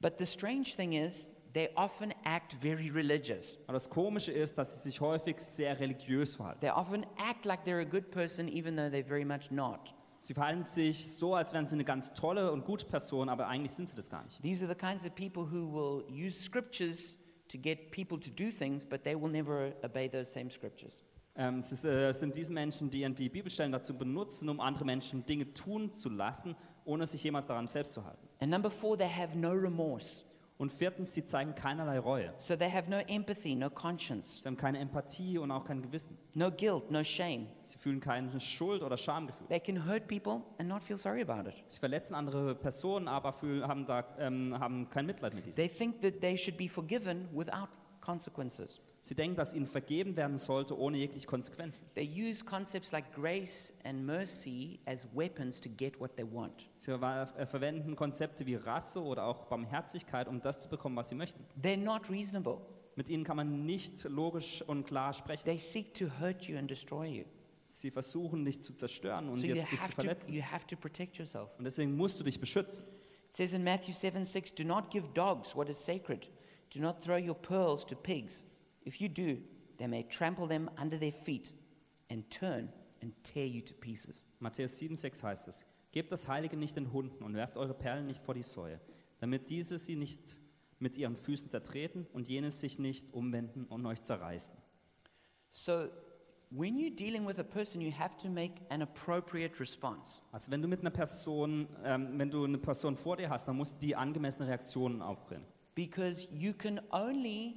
Speaker 1: But the strange thing is, they often act very religious.
Speaker 2: Aber das Komische ist, dass sie sich häufig sehr religiös verhalten.
Speaker 1: They often act like they're a good person, even though they're very much not.
Speaker 2: Sie verhalten sich so, als wären sie eine ganz tolle und gute Person, aber eigentlich sind sie das gar nicht.
Speaker 1: These are the kinds of people who will use scriptures to get people to do things, but they will never obey those same scriptures.
Speaker 2: Ähm, es ist, äh, sind diese Menschen, die irgendwie Bibelstellen dazu benutzen, um andere Menschen Dinge tun zu lassen, ohne sich jemals daran selbst zu halten.
Speaker 1: And number four, they have no remorse.
Speaker 2: Und viertens, sie zeigen keinerlei Reue.
Speaker 1: So they have no empathy, no conscience,
Speaker 2: Sie haben keine Empathie und auch kein Gewissen.
Speaker 1: no guilt, no shame.
Speaker 2: Sie fühlen keine Schuld oder Schamgefühl.
Speaker 1: They can hurt people and not feel sorry about it.
Speaker 2: Sie verletzen andere Personen, aber fühlen, haben, da, ähm, haben kein Mitleid mit diesen.
Speaker 1: They think that they should be forgiven without consequences.
Speaker 2: Sie denken, dass ihnen vergeben werden sollte, ohne jegliche Konsequenzen.
Speaker 1: They use concepts like grace and mercy as weapons to get what they want.
Speaker 2: Sie ver äh, verwenden Konzepte wie Rasse oder auch Barmherzigkeit, um das zu bekommen, was sie möchten.
Speaker 1: They're not reasonable.
Speaker 2: Mit ihnen kann man nicht logisch und klar sprechen.
Speaker 1: They seek to hurt you and destroy you.
Speaker 2: Sie versuchen, dich zu zerstören und
Speaker 1: so you
Speaker 2: jetzt dich zu
Speaker 1: have, to,
Speaker 2: verletzen.
Speaker 1: you have to protect yourself.
Speaker 2: Und deswegen musst du dich beschützen.
Speaker 1: It says in Matthew 7 6, do not give dogs what is sacred. Do not throw your pearls to pigs. If you do, they may trample them under their feet and turn and tear you to pieces.
Speaker 2: Matthäus 7,6 heißt es: Gebt das Heilige nicht den Hunden und werft eure Perlen nicht vor die Säue, damit diese sie nicht mit ihren Füßen zertreten und jenes sich nicht umwenden und euch zerreißen.
Speaker 1: So when you're dealing with a person, you have to make an appropriate response.
Speaker 2: Also wenn du mit einer Person, ähm, wenn du eine Person vor dir hast, dann musst du die angemessene Reaktionen aufbringen.
Speaker 1: Because you can only,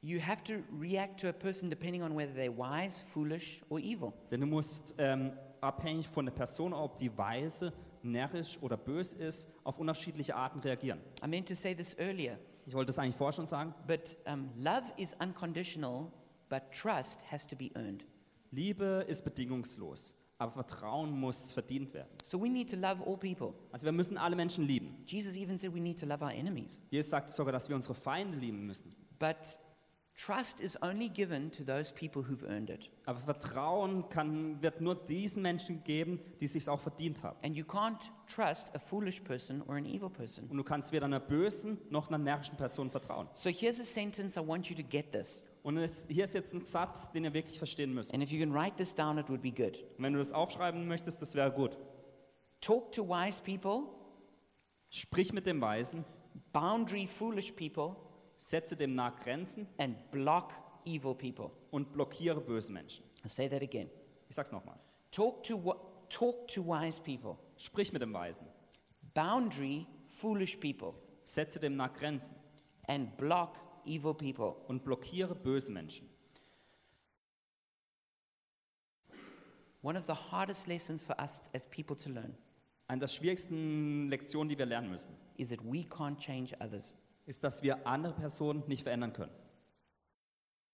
Speaker 1: you have to react to a person depending on whether they're wise, foolish, or evil.
Speaker 2: Denn du musst ähm, abhängig von der Person, ob die weise, närrisch oder bös ist, auf unterschiedliche Arten reagieren.
Speaker 1: I meant to say this earlier,
Speaker 2: Ich wollte das eigentlich vorher schon sagen.
Speaker 1: but um, love is unconditional, but trust has to be earned.
Speaker 2: Liebe ist bedingungslos, aber Vertrauen muss verdient werden.
Speaker 1: So we need to love all people.
Speaker 2: Also wir müssen alle Menschen lieben.
Speaker 1: Jesus even said we need to love our enemies.
Speaker 2: Jesus sagt sogar, dass wir unsere Feinde lieben müssen.
Speaker 1: But trust is only given to those people who've earned it.
Speaker 2: Aber Vertrauen kann, wird nur diesen Menschen gegeben, die es sich auch verdient haben.
Speaker 1: And you can't trust a foolish person or an evil person.
Speaker 2: Und du kannst weder einer bösen noch einer närrischen Person vertrauen.
Speaker 1: So here's a sentence I want you to get this.
Speaker 2: Und es, hier ist jetzt ein Satz, den ihr wirklich verstehen müsst.
Speaker 1: And if you can write this down, it would be good.
Speaker 2: Und wenn du das aufschreiben möchtest, das wäre gut.
Speaker 1: Talk to wise people,
Speaker 2: Sprich mit dem Weisen,
Speaker 1: boundary foolish people,
Speaker 2: setze dem nah Grenzen
Speaker 1: and block evil people.
Speaker 2: und blockiere böse Menschen.
Speaker 1: I'll say that again.
Speaker 2: Ich sag's nochmal.
Speaker 1: Talk to, wi- talk to wise people,
Speaker 2: Sprich mit dem Weisen,
Speaker 1: boundary foolish people,
Speaker 2: setze dem nah Grenzen
Speaker 1: and block evil people.
Speaker 2: und blockiere böse Menschen.
Speaker 1: One of the hardest lessons for us as people to learn
Speaker 2: Eine der schwierigsten Lektionen, die wir lernen müssen,
Speaker 1: is that we can't change others.
Speaker 2: ist, dass wir andere Personen nicht verändern können.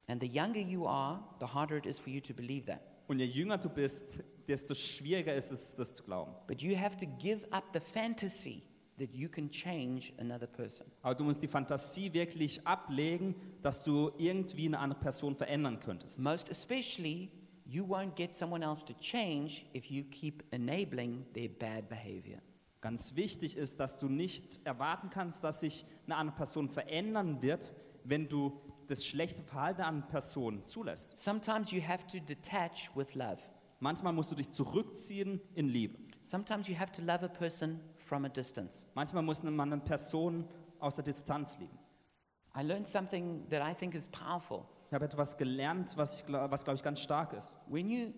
Speaker 1: And the younger you are, the harder it is for you to believe that.
Speaker 2: Und je jünger du bist, desto schwieriger ist es, das zu glauben.
Speaker 1: But you have to give up the fantasy that you can change another person.
Speaker 2: Aber du musst die Fantasie wirklich ablegen, dass du irgendwie eine andere Person verändern könntest.
Speaker 1: Most especially, you won't get someone else to change if you keep enabling their bad behavior.
Speaker 2: Ganz wichtig ist, dass du nicht erwarten kannst, dass sich eine andere Person verändern wird, wenn du das schlechte Verhalten einer anderen Person zulässt.
Speaker 1: Sometimes you have to detach with love.
Speaker 2: Manchmal musst du dich zurückziehen in Liebe.
Speaker 1: Sometimes you have to love a person from a distance.
Speaker 2: Manchmal muss man eine Person aus der Distanz lieben.
Speaker 1: I learned something that I think is powerful.
Speaker 2: Ich habe etwas gelernt, was, ich, gla- was glaube ich ganz stark ist.
Speaker 1: When you,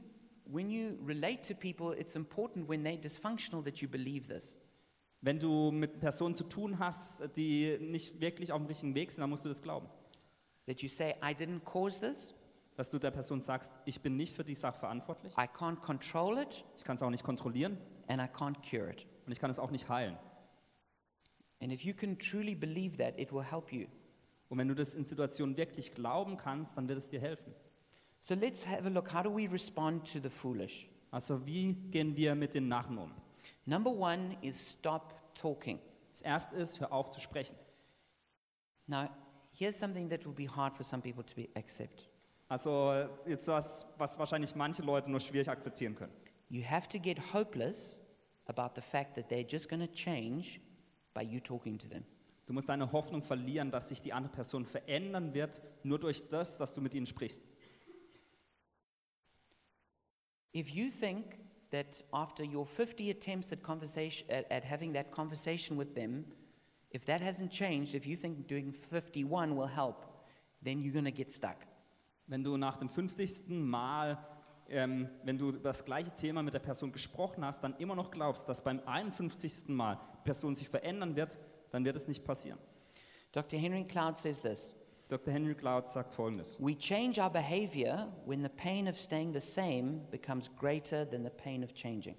Speaker 1: when you relate to people, it's important when they're dysfunctional that you believe this.
Speaker 2: Wenn du mit Personen zu tun hast, die nicht wirklich auf dem richtigen Weg sind, dann musst du das glauben.
Speaker 1: That you say, I didn't cause this,
Speaker 2: Dass du der Person sagst, ich bin nicht für die Sache verantwortlich,
Speaker 1: I can't control it,
Speaker 2: ich kann es auch nicht kontrollieren
Speaker 1: and I can't cure it.
Speaker 2: und ich kann es auch nicht heilen.
Speaker 1: And if you can truly believe that, it will help you.
Speaker 2: Und wenn du das in Situationen wirklich glauben kannst, dann wird es dir helfen.
Speaker 1: So let's have a look. How do we respond to the foolish?
Speaker 2: Also wie gehen wir mit den Narren um?
Speaker 1: Number one is stop talking.
Speaker 2: Das erste ist, hör auf zu sprechen.
Speaker 1: Now, here's something that will be hard for some people to be, accept.
Speaker 2: Also jetzt was, was wahrscheinlich manche Leute nur schwierig akzeptieren können.
Speaker 1: You have to get hopeless about the fact that they're just going to change by you talking to them.
Speaker 2: Du musst deine Hoffnung verlieren, dass sich die andere Person verändern wird, nur durch das, dass du mit ihnen sprichst.
Speaker 1: If you think that after your 50 attempts at, conversation, at, at having that conversation with them, if that hasn't changed, if you think doing 51 will help, then you're going to get stuck.
Speaker 2: Wenn du nach dem 50. Mal, ähm, wenn du über das gleiche Thema mit der Person gesprochen hast, dann immer noch glaubst, dass beim 51. Mal die Person sich verändern wird, dann wird es nicht passieren.
Speaker 1: Dr. Henry Cloud says this
Speaker 2: Dr. Henry Cloud sagt folgendes.
Speaker 1: We change our behavior when the pain of staying the same becomes greater than the pain of changing.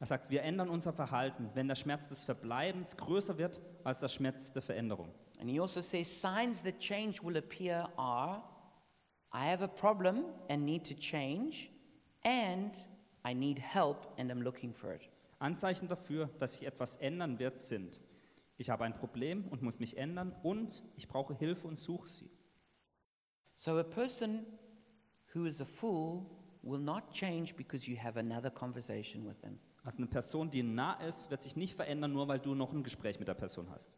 Speaker 2: Er sagt, wir ändern unser Verhalten, wenn der Schmerz des Verbleibens größer wird als der Schmerz der Veränderung.
Speaker 1: And he also says signs that change will appear are I have a problem and need to change, and I need help and I'm looking for it.
Speaker 2: Anzeichen dafür, dass sich etwas ändern wird, sind, ich habe ein Problem und muss mich ändern und ich brauche Hilfe und suche sie.
Speaker 1: So a person who is a fool will not change because you have another conversation with them.
Speaker 2: Also eine Person, die nah ist, wird sich nicht verändern, nur weil du noch ein Gespräch mit der Person hast.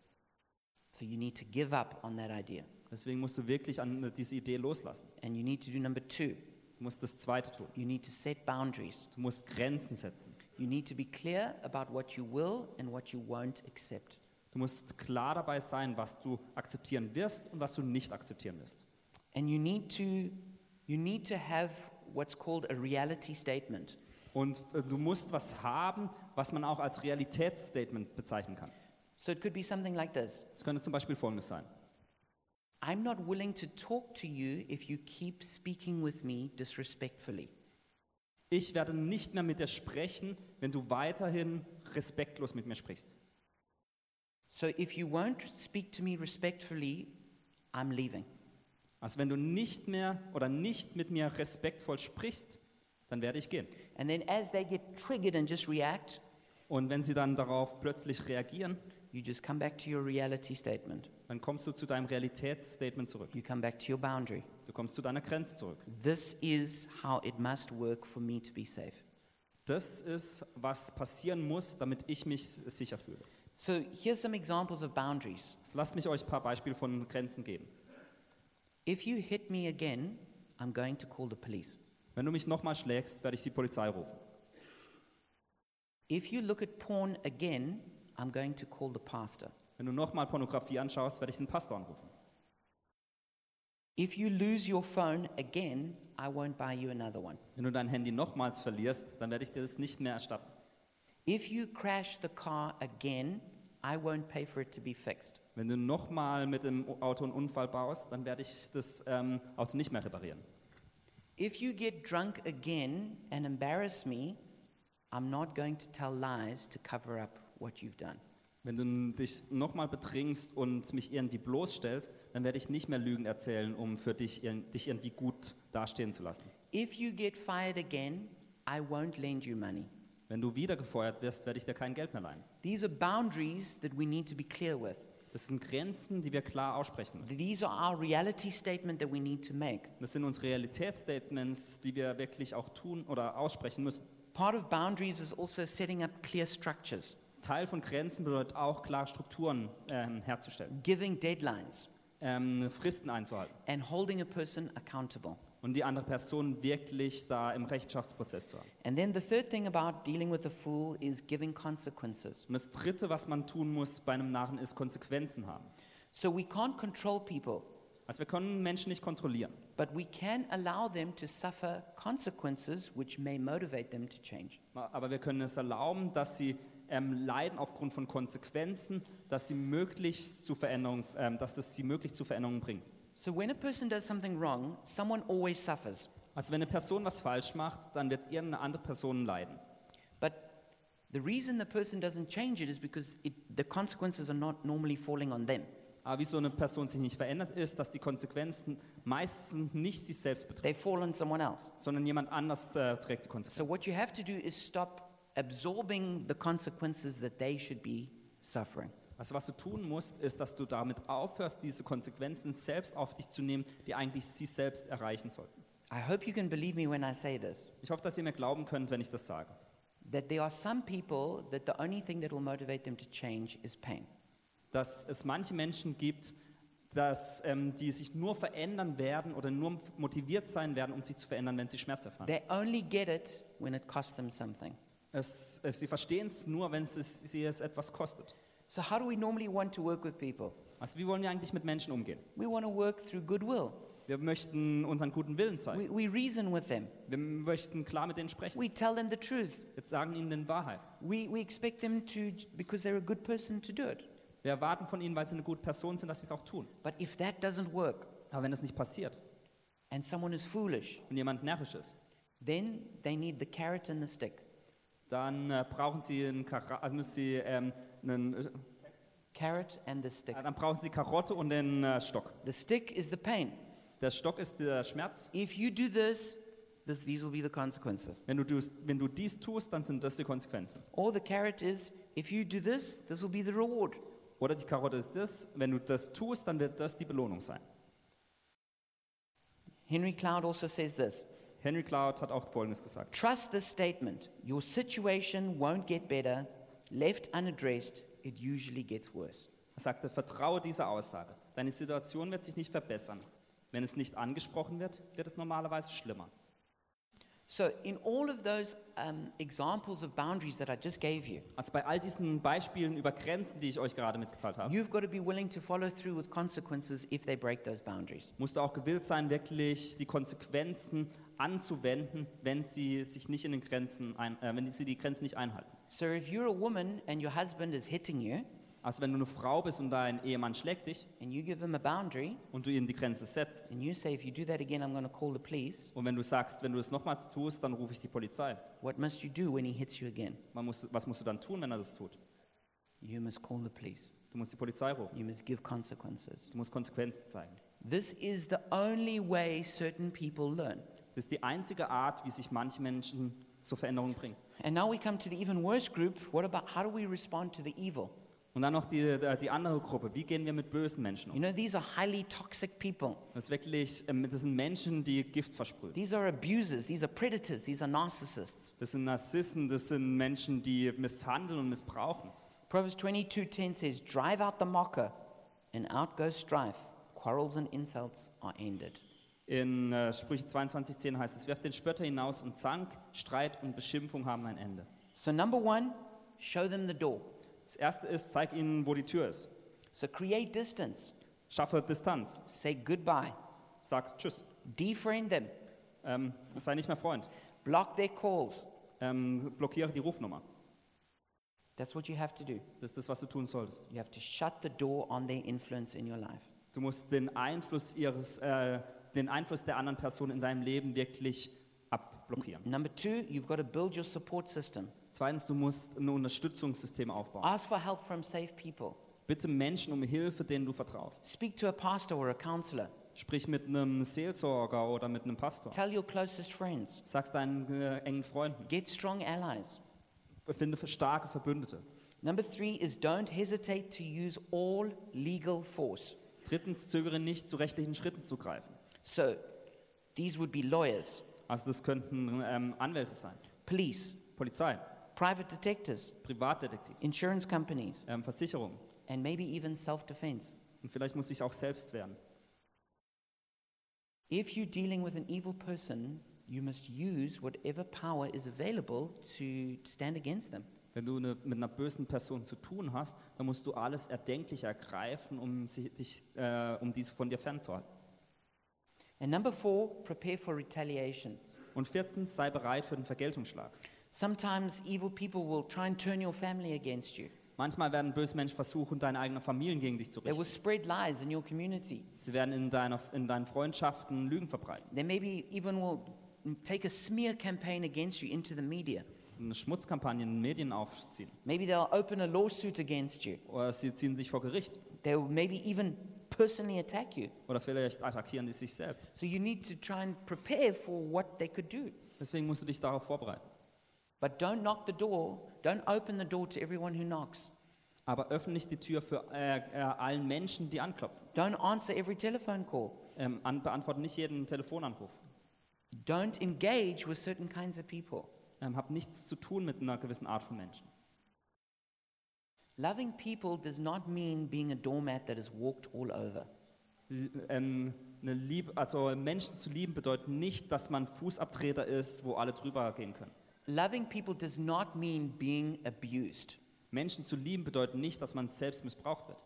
Speaker 1: So you need to give up on that idea.
Speaker 2: Deswegen musst du wirklich an diese Idee loslassen.
Speaker 1: And you need to do number two
Speaker 2: Du musst das Zweite tun.
Speaker 1: you need to set boundaries.
Speaker 2: Du musst Grenzen setzen.
Speaker 1: You need to be clear about what you will and what you won't accept.
Speaker 2: Du musst klar dabei sein, was du akzeptieren wirst und was du nicht akzeptieren wirst.
Speaker 1: And you need to, you need to have what's called a reality statement.
Speaker 2: Und äh, du musst was haben, was man auch als Realitätsstatement bezeichnen kann.
Speaker 1: So it could be something like this
Speaker 2: Es könnte zum Beispiel folgendes sein.
Speaker 1: I'm not willing to talk to you if you keep speaking with me disrespectfully.
Speaker 2: Ich werde nicht mehr mit dir sprechen, wenn du weiterhin respektlos mit mir sprichst.
Speaker 1: So if you won't speak to me respectfully, I'm leaving.
Speaker 2: Also wenn du nicht mehr oder nicht mit mir respektvoll sprichst, dann werde ich gehen.
Speaker 1: And then as they get triggered and just react,
Speaker 2: Und wenn sie dann darauf plötzlich reagieren,
Speaker 1: you just come back to your reality statement.
Speaker 2: dann kommst du zu deinem Realitätsstatement zurück.
Speaker 1: You come back to your boundary.
Speaker 2: Du kommst zu deiner Grenze zurück.
Speaker 1: This is how it must work for me to be safe.
Speaker 2: Das ist, was passieren muss, damit ich mich sicher fühle.
Speaker 1: So here's some examples of boundaries.
Speaker 2: Also lasst mich euch ein paar Beispiele von Grenzen geben.
Speaker 1: If you hit me again, I'm going to call the police.
Speaker 2: Wenn du mich nochmal schlägst, werde ich die Polizei rufen.
Speaker 1: If you look at porn again, I'm going to call the pastor.
Speaker 2: Wenn du nochmal Pornografie anschaust, werde ich den Pastor anrufen.
Speaker 1: If you lose your phone again, I won't buy you another one.
Speaker 2: Wenn du dein Handy nochmals verlierst, dann werde ich dir das nicht mehr erstatten.
Speaker 1: If you crash the car again, I won't pay for it to be fixed.
Speaker 2: Wenn du nochmal mit dem Auto einen Unfall baust, dann werde ich das ähm, Auto nicht mehr reparieren.
Speaker 1: If you get drunk again and embarrass me, I'm not going to tell lies to cover up what you've done.
Speaker 2: Wenn du dich nochmal betrinkst und mich irgendwie bloßstellst, dann werde ich nicht mehr Lügen erzählen, um für dich, ir- dich irgendwie gut dastehen zu lassen.
Speaker 1: If you get fired again, I won't lend you money.
Speaker 2: Wenn du wieder gefeuert wirst, werde ich dir kein Geld mehr leihen.
Speaker 1: These are boundaries that we need to be clear with.
Speaker 2: Das sind Grenzen, die wir klar aussprechen müssen.
Speaker 1: These are our reality statement that we need to make.
Speaker 2: Das sind unsere Realitätsstatements, die wir wirklich auch tun oder aussprechen müssen.
Speaker 1: Part of boundaries is also setting up clear structures,
Speaker 2: Teil von Grenzen bedeutet auch, klare Strukturen ähm, herzustellen,
Speaker 1: giving deadlines,
Speaker 2: ähm, Fristen einzuhalten.
Speaker 1: and holding a person accountable.
Speaker 2: und die andere Person wirklich da im Rechenschaftsprozess zu haben.
Speaker 1: And then the third thing about dealing with a fool is giving consequences.
Speaker 2: Und das Dritte, was man tun muss bei einem Narren, ist Konsequenzen haben.
Speaker 1: So we can't control people,
Speaker 2: Also wir können Menschen nicht kontrollieren,
Speaker 1: but we can allow them to suffer consequences which may motivate them to change.
Speaker 2: aber wir können es erlauben, dass sie ähm, leiden aufgrund von Konsequenzen, dass sie möglichst zu Veränderungen, ähm, dass das sie möglichst zu Veränderungen bringt.
Speaker 1: So when a person does something wrong, someone always suffers.
Speaker 2: Also wenn eine Person was falsch macht, dann wird irgendeine andere Person leiden.
Speaker 1: But the reason the person doesn't change it is because it, the consequences are not normally falling on them.
Speaker 2: Aber wie so eine Person sich nicht verändert, ist, dass die Konsequenzen meistens nicht sich selbst betreffen,
Speaker 1: they fall on someone else.
Speaker 2: sondern jemand anders äh, trägt die Konsequenzen.
Speaker 1: So, what you have to do is stop absorbing the consequences that they should be suffering.
Speaker 2: Also was du tun musst, ist, dass du damit aufhörst, diese Konsequenzen selbst auf dich zu nehmen, die eigentlich sie selbst erreichen sollten.
Speaker 1: I hope you can believe me when I say this
Speaker 2: Ich hoffe, dass ihr mir glauben könnt, wenn ich das sage.
Speaker 1: that there are some people that the only thing that will motivate them to change is pain.
Speaker 2: Dass es manche Menschen gibt, dass, ähm, die sich nur verändern werden oder nur motiviert sein werden, um sich zu verändern, wenn sie Schmerz erfahren.
Speaker 1: They only get it when it costs them something.
Speaker 2: Es, äh, sie verstehen es nur, wenn es sie es etwas kostet.
Speaker 1: So, how do we normally want to work with people?
Speaker 2: Also wie wollen wir eigentlich mit Menschen umgehen?
Speaker 1: We want to work through goodwill.
Speaker 2: Wir möchten unseren guten Willen zeigen.
Speaker 1: We, we reason with them.
Speaker 2: Wir möchten klar mit denen sprechen.
Speaker 1: We tell them the truth.
Speaker 2: Jetzt sagen ihnen den Wahrheit.
Speaker 1: We, we expect them to, because they're a good person, to do it.
Speaker 2: Wir erwarten von ihnen, weil sie eine gute Person sind, dass sie es auch tun.
Speaker 1: But if that doesn't work
Speaker 2: Aber wenn das nicht passiert,
Speaker 1: and someone is foolish,
Speaker 2: wenn jemand närrisch ist,
Speaker 1: then they need the carrot and the stick.
Speaker 2: dann äh, brauchen sie einen Kara also müssen sie ähm, einen, äh,
Speaker 1: Carrot and the stick.
Speaker 2: dann brauchen sie die Karotte und den äh, Stock.
Speaker 1: The stick is the pain.
Speaker 2: Der Stock ist der Schmerz.
Speaker 1: If you do this, this these will be the consequences.
Speaker 2: Wenn du, dus- wenn du dies tust, dann sind das die Konsequenzen.
Speaker 1: Or the carrot is, if you do this, this will be the reward.
Speaker 2: Oder die Karotte ist das, wenn du das tust, dann wird das die Belohnung sein.
Speaker 1: Henry Cloud also says this
Speaker 2: Henry Cloud hat auch Folgendes gesagt.
Speaker 1: Trust this statement your situation won't get better. Left unaddressed, it usually gets worse.
Speaker 2: Er sagte, vertraue dieser Aussage. Deine Situation wird sich nicht verbessern. Wenn es nicht angesprochen wird, wird es normalerweise schlimmer.
Speaker 1: So, in all of those um, examples of boundaries that I just gave you,
Speaker 2: Also bei all diesen Beispielen über Grenzen, die ich euch gerade mitgeteilt habe,
Speaker 1: you've got to be willing to follow through with consequences if they break those boundaries.
Speaker 2: musst du auch gewillt sein, wirklich die Konsequenzen anzuwenden, wenn sie sich nicht in den Grenzen ein, äh, wenn sie die Grenzen nicht einhalten.
Speaker 1: So, if you're a woman and your husband is hitting you
Speaker 2: Also wenn du eine Frau bist und dein Ehemann schlägt dich
Speaker 1: and you give him a boundary
Speaker 2: und du ihm die Grenze setzt
Speaker 1: and you say, if you do that again, I'm going to call the police,
Speaker 2: und wenn du sagst, wenn du es nochmals tust, dann rufe ich die Polizei.
Speaker 1: what must you do when he hits you again?
Speaker 2: Man muss, was musst du dann tun, wenn er das tut?
Speaker 1: You must call the police.
Speaker 2: Du musst die Polizei rufen.
Speaker 1: You must give consequences.
Speaker 2: Du musst Konsequenzen zeigen.
Speaker 1: This is the only way certain people learn.
Speaker 2: Das ist die einzige Art, wie sich manche Menschen zur Veränderung bringen.
Speaker 1: And now we come to the even worse group. What about how do we respond to the evil?
Speaker 2: Und dann noch die, äh, die andere Gruppe. Wie gehen wir mit bösen Menschen
Speaker 1: You
Speaker 2: um?
Speaker 1: know, these are highly toxic people.
Speaker 2: Das, ist wirklich, ähm, das sind Menschen, die Gift versprühen.
Speaker 1: These are abusers, these are predators, these are narcissists.
Speaker 2: Das sind Narzissten, das sind Menschen, die misshandeln und missbrauchen.
Speaker 1: Proverbs 22:10 says, "Drive out the mocker, and out goes strife. Quarrels and insults are ended."
Speaker 2: In äh, Sprüche 22,10 heißt es: Werft den Spötter hinaus und Zank, Streit und Beschimpfung haben ein Ende.
Speaker 1: So number 1, show them the door.
Speaker 2: Das erste ist, zeig ihnen, wo die Tür ist.
Speaker 1: So create distance.
Speaker 2: Schaffe Distanz.
Speaker 1: Say goodbye.
Speaker 2: Sag Tschüss.
Speaker 1: Defriend them.
Speaker 2: Ähm, sei nicht mehr Freund.
Speaker 1: Block their calls.
Speaker 2: Ähm, blockiere die Rufnummer.
Speaker 1: That's what you have to do.
Speaker 2: Das ist das, was du tun solltest.
Speaker 1: You have to shut the door on their influence in your life.
Speaker 2: Du musst den Einfluss, ihres, äh, den Einfluss der anderen Person in deinem Leben wirklich abblockieren.
Speaker 1: Number 2, you've got to build your support system.
Speaker 2: Zweitens, du musst ein Unterstützungssystem aufbauen.
Speaker 1: Ask for help from safe people.
Speaker 2: Bitte Menschen um Hilfe, denen du vertraust.
Speaker 1: Speak to a pastor or a counselor.
Speaker 2: Sprich mit einem Seelsorger oder mit einem Pastor.
Speaker 1: Tell your closest friends.
Speaker 2: Sag's deinen äh, engen Freunden.
Speaker 1: Get strong allies.
Speaker 2: Finde für starke Verbündete.
Speaker 1: Number three is don't hesitate to use all legal force.
Speaker 2: Drittens, zögere nicht, zu rechtlichen Schritten zu greifen.
Speaker 1: So these would be lawyers,
Speaker 2: Also das könnten ähm, Anwälte sein,
Speaker 1: police,
Speaker 2: Polizei,
Speaker 1: private detectives,
Speaker 2: Privatdetektiv,
Speaker 1: insurance companies,
Speaker 2: ähm, Versicherung.
Speaker 1: and maybe even self defense.
Speaker 2: Und vielleicht muss ich auch selbst werden.
Speaker 1: If you're dealing with an evil person, you must use whatever power is available to stand against them.
Speaker 2: Wenn du eine, mit einer bösen Person zu tun hast, dann musst du alles erdenklich ergreifen, um, sie, dich, äh, um diese von dir fernzuhalten.
Speaker 1: And number four, prepare for retaliation.
Speaker 2: Und viertens, sei bereit für den Vergeltungsschlag.
Speaker 1: Sometimes evil people will try and turn your family against you.
Speaker 2: Manchmal werden böse Menschen versuchen, deine eigenen Familien gegen dich zu
Speaker 1: They
Speaker 2: richten.
Speaker 1: will spread lies in your community.
Speaker 2: Sie werden in, deiner, in deinen Freundschaften Lügen verbreiten,
Speaker 1: They maybe even will take a smear campaign against you into the media.
Speaker 2: eine Schmutzkampagne in den Medien aufziehen
Speaker 1: Maybe they'll open a lawsuit against you.
Speaker 2: oder sie ziehen sich vor Gericht.
Speaker 1: They will maybe even personally attack you.
Speaker 2: Oder vielleicht attackieren die sich selbst.
Speaker 1: So you need to try and prepare for what they could do.
Speaker 2: Deswegen musst du dich darauf vorbereiten.
Speaker 1: But don't knock the door. Don't open the door to everyone who knocks.
Speaker 2: Aber öffne nicht die Tür für äh, äh, allen Menschen, die anklopfen.
Speaker 1: Don't answer every telephone call.
Speaker 2: Ähm, an, beantworte nicht jeden Telefonanruf.
Speaker 1: Don't engage with certain kinds of people.
Speaker 2: Ähm, hab nichts zu tun mit einer gewissen Art von Menschen.
Speaker 1: Loving people does not mean being a doormat that is walked all over.
Speaker 2: L- Ähm, eine Liebe, also Menschen zu lieben bedeutet nicht, dass man Fußabtreter ist, wo alle drüber gehen können.
Speaker 1: Loving people does not mean being abused.
Speaker 2: Menschen zu lieben bedeutet nicht, dass man selbst missbraucht wird.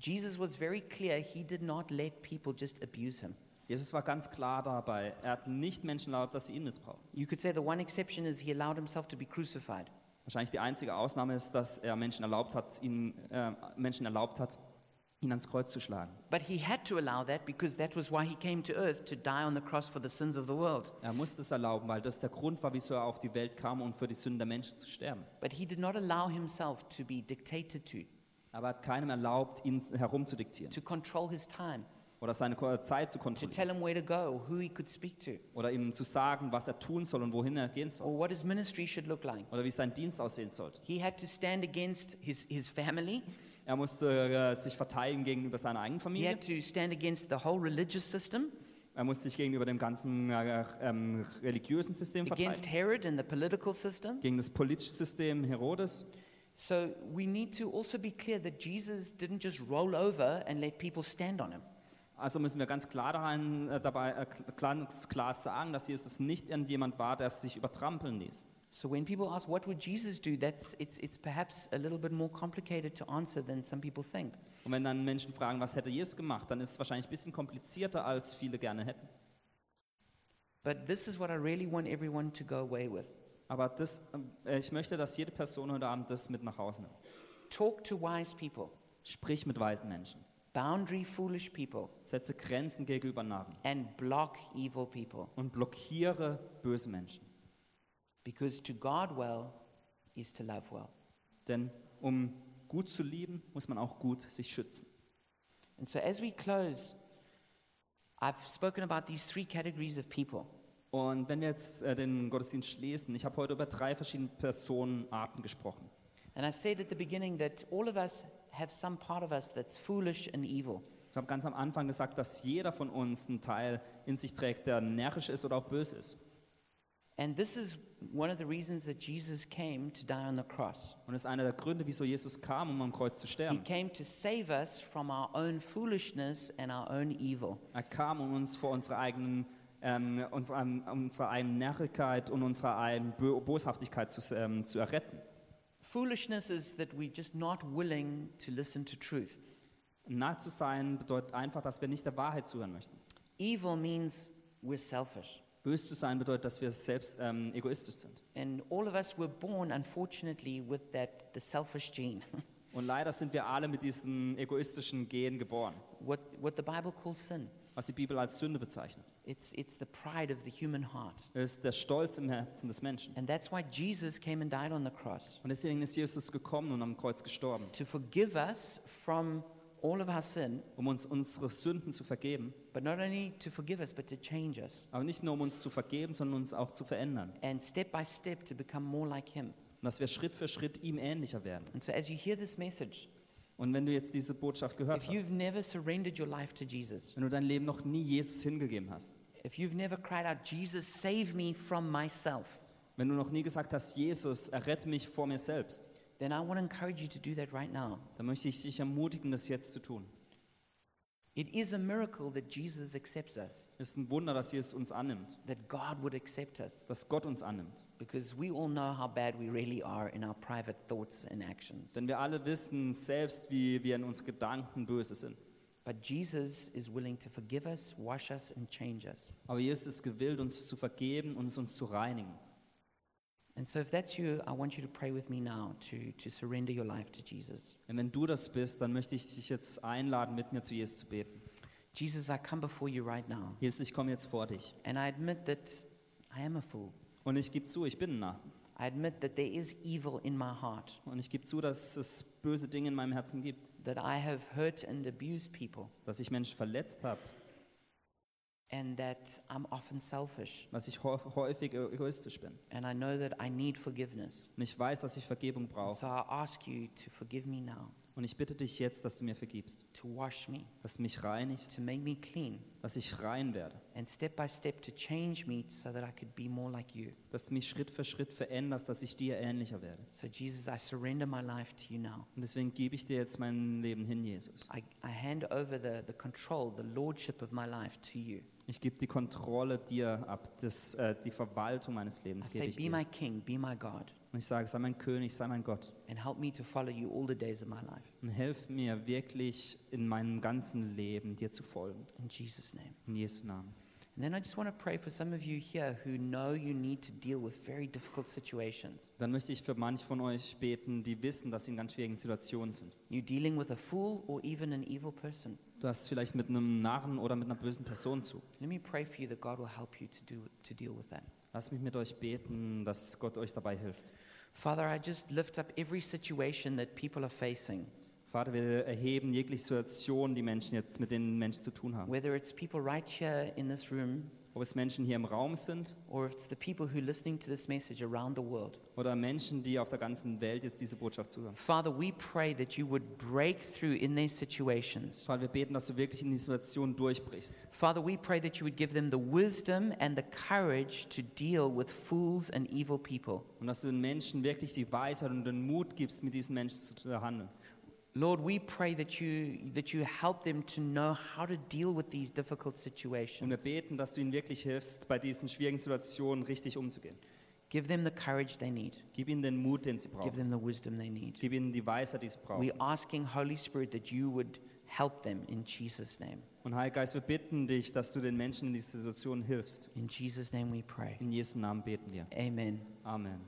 Speaker 1: Jesus was very clear, he did not let people just abuse him.
Speaker 2: Jesus war ganz klar dabei. Er hat nicht Menschen erlaubt, dass sie ihn missbrauchen.
Speaker 1: You could say the one exception is he allowed himself to be crucified.
Speaker 2: Wahrscheinlich die einzige Ausnahme ist, dass er Menschen erlaubt hat, ihn, äh, Menschen erlaubt hat, ihn ans Kreuz zu schlagen.
Speaker 1: But he had to allow that because that was why he came to earth to die on the cross for the sins of the world.
Speaker 2: Er musste es erlauben, weil das der Grund war, wieso er auf die Welt kam, um für die Sünden der Menschen zu sterben.
Speaker 1: But he did not allow himself to be dictated to,
Speaker 2: Aber er hat keinem erlaubt, ihn herumzudiktieren
Speaker 1: to control his time,
Speaker 2: oder seine Ko- Zeit zu
Speaker 1: to
Speaker 2: kontrollieren
Speaker 1: tell him where to go, who he could speak to,
Speaker 2: oder ihm zu sagen, was er tun soll und wohin er gehen soll
Speaker 1: or what his ministry should look like.
Speaker 2: oder wie sein Dienst aussehen sollte.
Speaker 1: He had to stand against his, his family.
Speaker 2: Er musste äh, sich verteidigen gegenüber seiner eigenen
Speaker 1: He
Speaker 2: Familie.
Speaker 1: had to stand against the whole religious system,
Speaker 2: Er musste sich gegenüber dem ganzen äh, ähm, religiösen System
Speaker 1: against
Speaker 2: verteidigen,
Speaker 1: Herod and the political system.
Speaker 2: gegen das politische System Herodes.
Speaker 1: So we need to also be clear that Jesus didn't just roll over and let people stand on him.
Speaker 2: Also müssen wir ganz klar daran, äh, dabei äh, klar, ganz klar sagen, dass Jesus nicht irgendjemand war, der sich übertrampeln ließ.
Speaker 1: So when people ask what would Jesus do, that's it's it's perhaps a little bit more complicated to answer than some people think.
Speaker 2: Und wenn dann Menschen fragen, was hätte Jesus gemacht, dann ist es wahrscheinlich ein bisschen komplizierter, als viele gerne hätten.
Speaker 1: But this is what I really want everyone to go away with.
Speaker 2: Aber das, äh, ich möchte, dass jede Person heute Abend das mit nach Hause nimmt.
Speaker 1: Talk to wise people,
Speaker 2: Sprich mit weisen Menschen.
Speaker 1: boundary foolish people,
Speaker 2: Setze Grenzen gegenüber Narren
Speaker 1: and block evil people.
Speaker 2: und blockiere böse Menschen.
Speaker 1: Because to guard well is to love well.
Speaker 2: Denn um gut zu lieben, muss man auch gut sich schützen.
Speaker 1: And so as we close, I've spoken about these three categories of people.
Speaker 2: Und wenn wir jetzt äh, den Gottesdienst schließen, ich habe heute über drei verschiedene Personenarten gesprochen.
Speaker 1: And I said at the beginning that all of us have some part of us that's foolish and evil.
Speaker 2: Ich habe ganz am Anfang gesagt, dass jeder von uns einen Teil in sich trägt, der närrisch ist oder auch böse ist.
Speaker 1: And this is one of the reasons that Jesus came to die on the cross.
Speaker 2: Und das ist einer der Gründe, wieso Jesus kam, um am Kreuz zu
Speaker 1: He
Speaker 2: sterben.
Speaker 1: came to save us from our own foolishness and our own evil.
Speaker 2: Er kam, um uns vor unserer eigenen, ähm, unserer, unserer eigenen Närrigkeit und unserer eigenen Bö- Boshaftigkeit zu, ähm, zu erretten.
Speaker 1: Foolishness is that we're just not willing to listen to truth.
Speaker 2: Nah zu sein bedeutet einfach, dass wir nicht der Wahrheit zuhören möchten.
Speaker 1: Evil means we're selfish.
Speaker 2: Böse zu sein bedeutet, dass wir selbst ähm, egoistisch sind.
Speaker 1: And all of us were born, unfortunately, with that the selfish gene,
Speaker 2: Und leider sind wir alle mit diesen egoistischen Genen geboren,
Speaker 1: what, what the Bible calls sin.
Speaker 2: was die Bibel als Sünde bezeichnet.
Speaker 1: It's, it's the pride of the human heart.
Speaker 2: Es ist der Stolz im Herzen des Menschen.
Speaker 1: And that's why Jesus came and died on the cross
Speaker 2: Und deswegen ist Jesus gekommen und am Kreuz gestorben,
Speaker 1: to forgive us from all of our sin,
Speaker 2: um uns unsere Sünden zu vergeben.
Speaker 1: but not only to forgive us, but to change us.
Speaker 2: Aber nicht nur, um uns zu vergeben, sondern uns auch zu verändern.
Speaker 1: And step by step to become more like Him.
Speaker 2: Und dass wir Schritt für Schritt ihm ähnlicher werden.
Speaker 1: And so, as you hear this message,
Speaker 2: Und wenn du jetzt diese Botschaft gehört
Speaker 1: if
Speaker 2: hast,
Speaker 1: you've never surrendered your life to Jesus,
Speaker 2: wenn du dein Leben noch nie Jesus hingegeben hast,
Speaker 1: if you've never cried out, Jesus, save me from myself,
Speaker 2: wenn du noch nie gesagt hast, Jesus, errette mich vor mir selbst,
Speaker 1: then I want to encourage you to do that right now.
Speaker 2: dann möchte ich dich ermutigen, das jetzt zu tun.
Speaker 1: It is a miracle that Jesus accepts us,
Speaker 2: Es ist ein Wunder, dass Jesus uns annimmt,
Speaker 1: that God would accept us,
Speaker 2: dass Gott uns annimmt.
Speaker 1: because we all know how bad we really are in our private thoughts and actions.
Speaker 2: Denn wir alle wissen selbst, wie wir in unseren Gedanken böse sind.
Speaker 1: But Jesus is willing to forgive us, wash us, and change us.
Speaker 2: Aber Jesus ist gewillt, uns zu vergeben und uns zu reinigen.
Speaker 1: And so, if that's you, I want you to pray with me now to, to surrender your life to Jesus.
Speaker 2: Und wenn du das bist, dann möchte ich dich jetzt einladen, mit mir zu Jesus zu beten.
Speaker 1: Jesus, I come before you right now,
Speaker 2: Jesus, ich komme jetzt vor dich.
Speaker 1: and I admit that I am a fool.
Speaker 2: Und ich gebe zu, ich bin nah.
Speaker 1: I admit that there is evil in my heart,
Speaker 2: Und ich gebe zu, dass es böse Dinge in meinem Herzen gibt,
Speaker 1: that I have hurt and abused people,
Speaker 2: dass ich Menschen verletzt habe,
Speaker 1: and that I'm often selfish.
Speaker 2: dass ich hau- häufig egoistisch bin.
Speaker 1: And I know that I need forgiveness.
Speaker 2: Und ich weiß, dass ich Vergebung brauche.
Speaker 1: So I ask you to forgive me now,
Speaker 2: Und ich bitte dich jetzt, dass du mir vergibst,
Speaker 1: to wash me,
Speaker 2: dass du mich reinigst,
Speaker 1: to make me clean,
Speaker 2: dass ich rein werde,
Speaker 1: and step by step to change me so that I could be more like you.
Speaker 2: dass du mich Schritt für Schritt veränderst, dass ich dir ähnlicher werde.
Speaker 1: So, Jesus, I surrender my life to you now.
Speaker 2: Und deswegen gebe ich dir jetzt mein Leben hin, Jesus.
Speaker 1: I, I hand over the, the control, the lordship of my life to you.
Speaker 2: Ich gebe die Kontrolle dir ab, das, äh, die Verwaltung meines
Speaker 1: I
Speaker 2: Lebens gebe
Speaker 1: say,
Speaker 2: ich
Speaker 1: Be
Speaker 2: dir.
Speaker 1: my king, be my God,
Speaker 2: Und ich sage, sei mein König, sei mein Gott.
Speaker 1: and help me to follow you all the days of my life.
Speaker 2: Und helf mir wirklich in meinem ganzen Leben dir zu folgen.
Speaker 1: In Jesus' name.
Speaker 2: In Jesu Namen.
Speaker 1: And then I just want to pray for some of you here who know you need to deal with very difficult situations.
Speaker 2: Dann möchte ich für manche von euch beten, die wissen, dass sie in ganz schwierigen Situationen sind.
Speaker 1: You're dealing with a fool or even an evil person.
Speaker 2: Du hast vielleicht mit einem Narren oder mit einer bösen Person zu.
Speaker 1: Let me pray for you that God will help you to, do, to deal with that.
Speaker 2: Lasst mich mit euch beten, dass Gott euch dabei hilft.
Speaker 1: Father, I just lift up every situation that people are facing,
Speaker 2: Vater, wir erheben jegliche Situation, die Menschen jetzt mit den Menschen zu tun haben.
Speaker 1: whether it's people right here in this room
Speaker 2: Ob es Menschen hier im Raum sind
Speaker 1: or if it's the people who are listening to this message around the world.
Speaker 2: oder Menschen, die auf der ganzen Welt jetzt diese Botschaft zuhören.
Speaker 1: Father, we pray that you would break through in their situations.
Speaker 2: Vater, wir beten, dass du wirklich in die Situation durchbrichst.
Speaker 1: Father, we pray that you would give them the wisdom and the courage to deal with fools and evil people.
Speaker 2: Und dass du den Menschen wirklich die Weisheit und den Mut gibst, mit diesen Menschen zu- zu handeln.
Speaker 1: Lord, we pray that you, that you help them to know how to deal with these difficult
Speaker 2: Und wir
Speaker 1: situations.
Speaker 2: beten, dass du ihnen wirklich hilfst, bei diesen schwierigen Situationen richtig umzugehen.
Speaker 1: Give them the courage they need.
Speaker 2: Gib ihnen den Mut, den sie
Speaker 1: Give
Speaker 2: brauchen.
Speaker 1: them the wisdom they need.
Speaker 2: Gib ihnen die Weisheit, die sie brauchen.
Speaker 1: We're asking, Holy Spirit, that you would help them in Jesus' name.
Speaker 2: Und Heiliger Geist, wir bitten dich, dass du den Menschen in dieser Situation hilfst.
Speaker 1: In Jesus' name we pray.
Speaker 2: In Jesu Namen beten wir.
Speaker 1: Amen.
Speaker 2: Amen.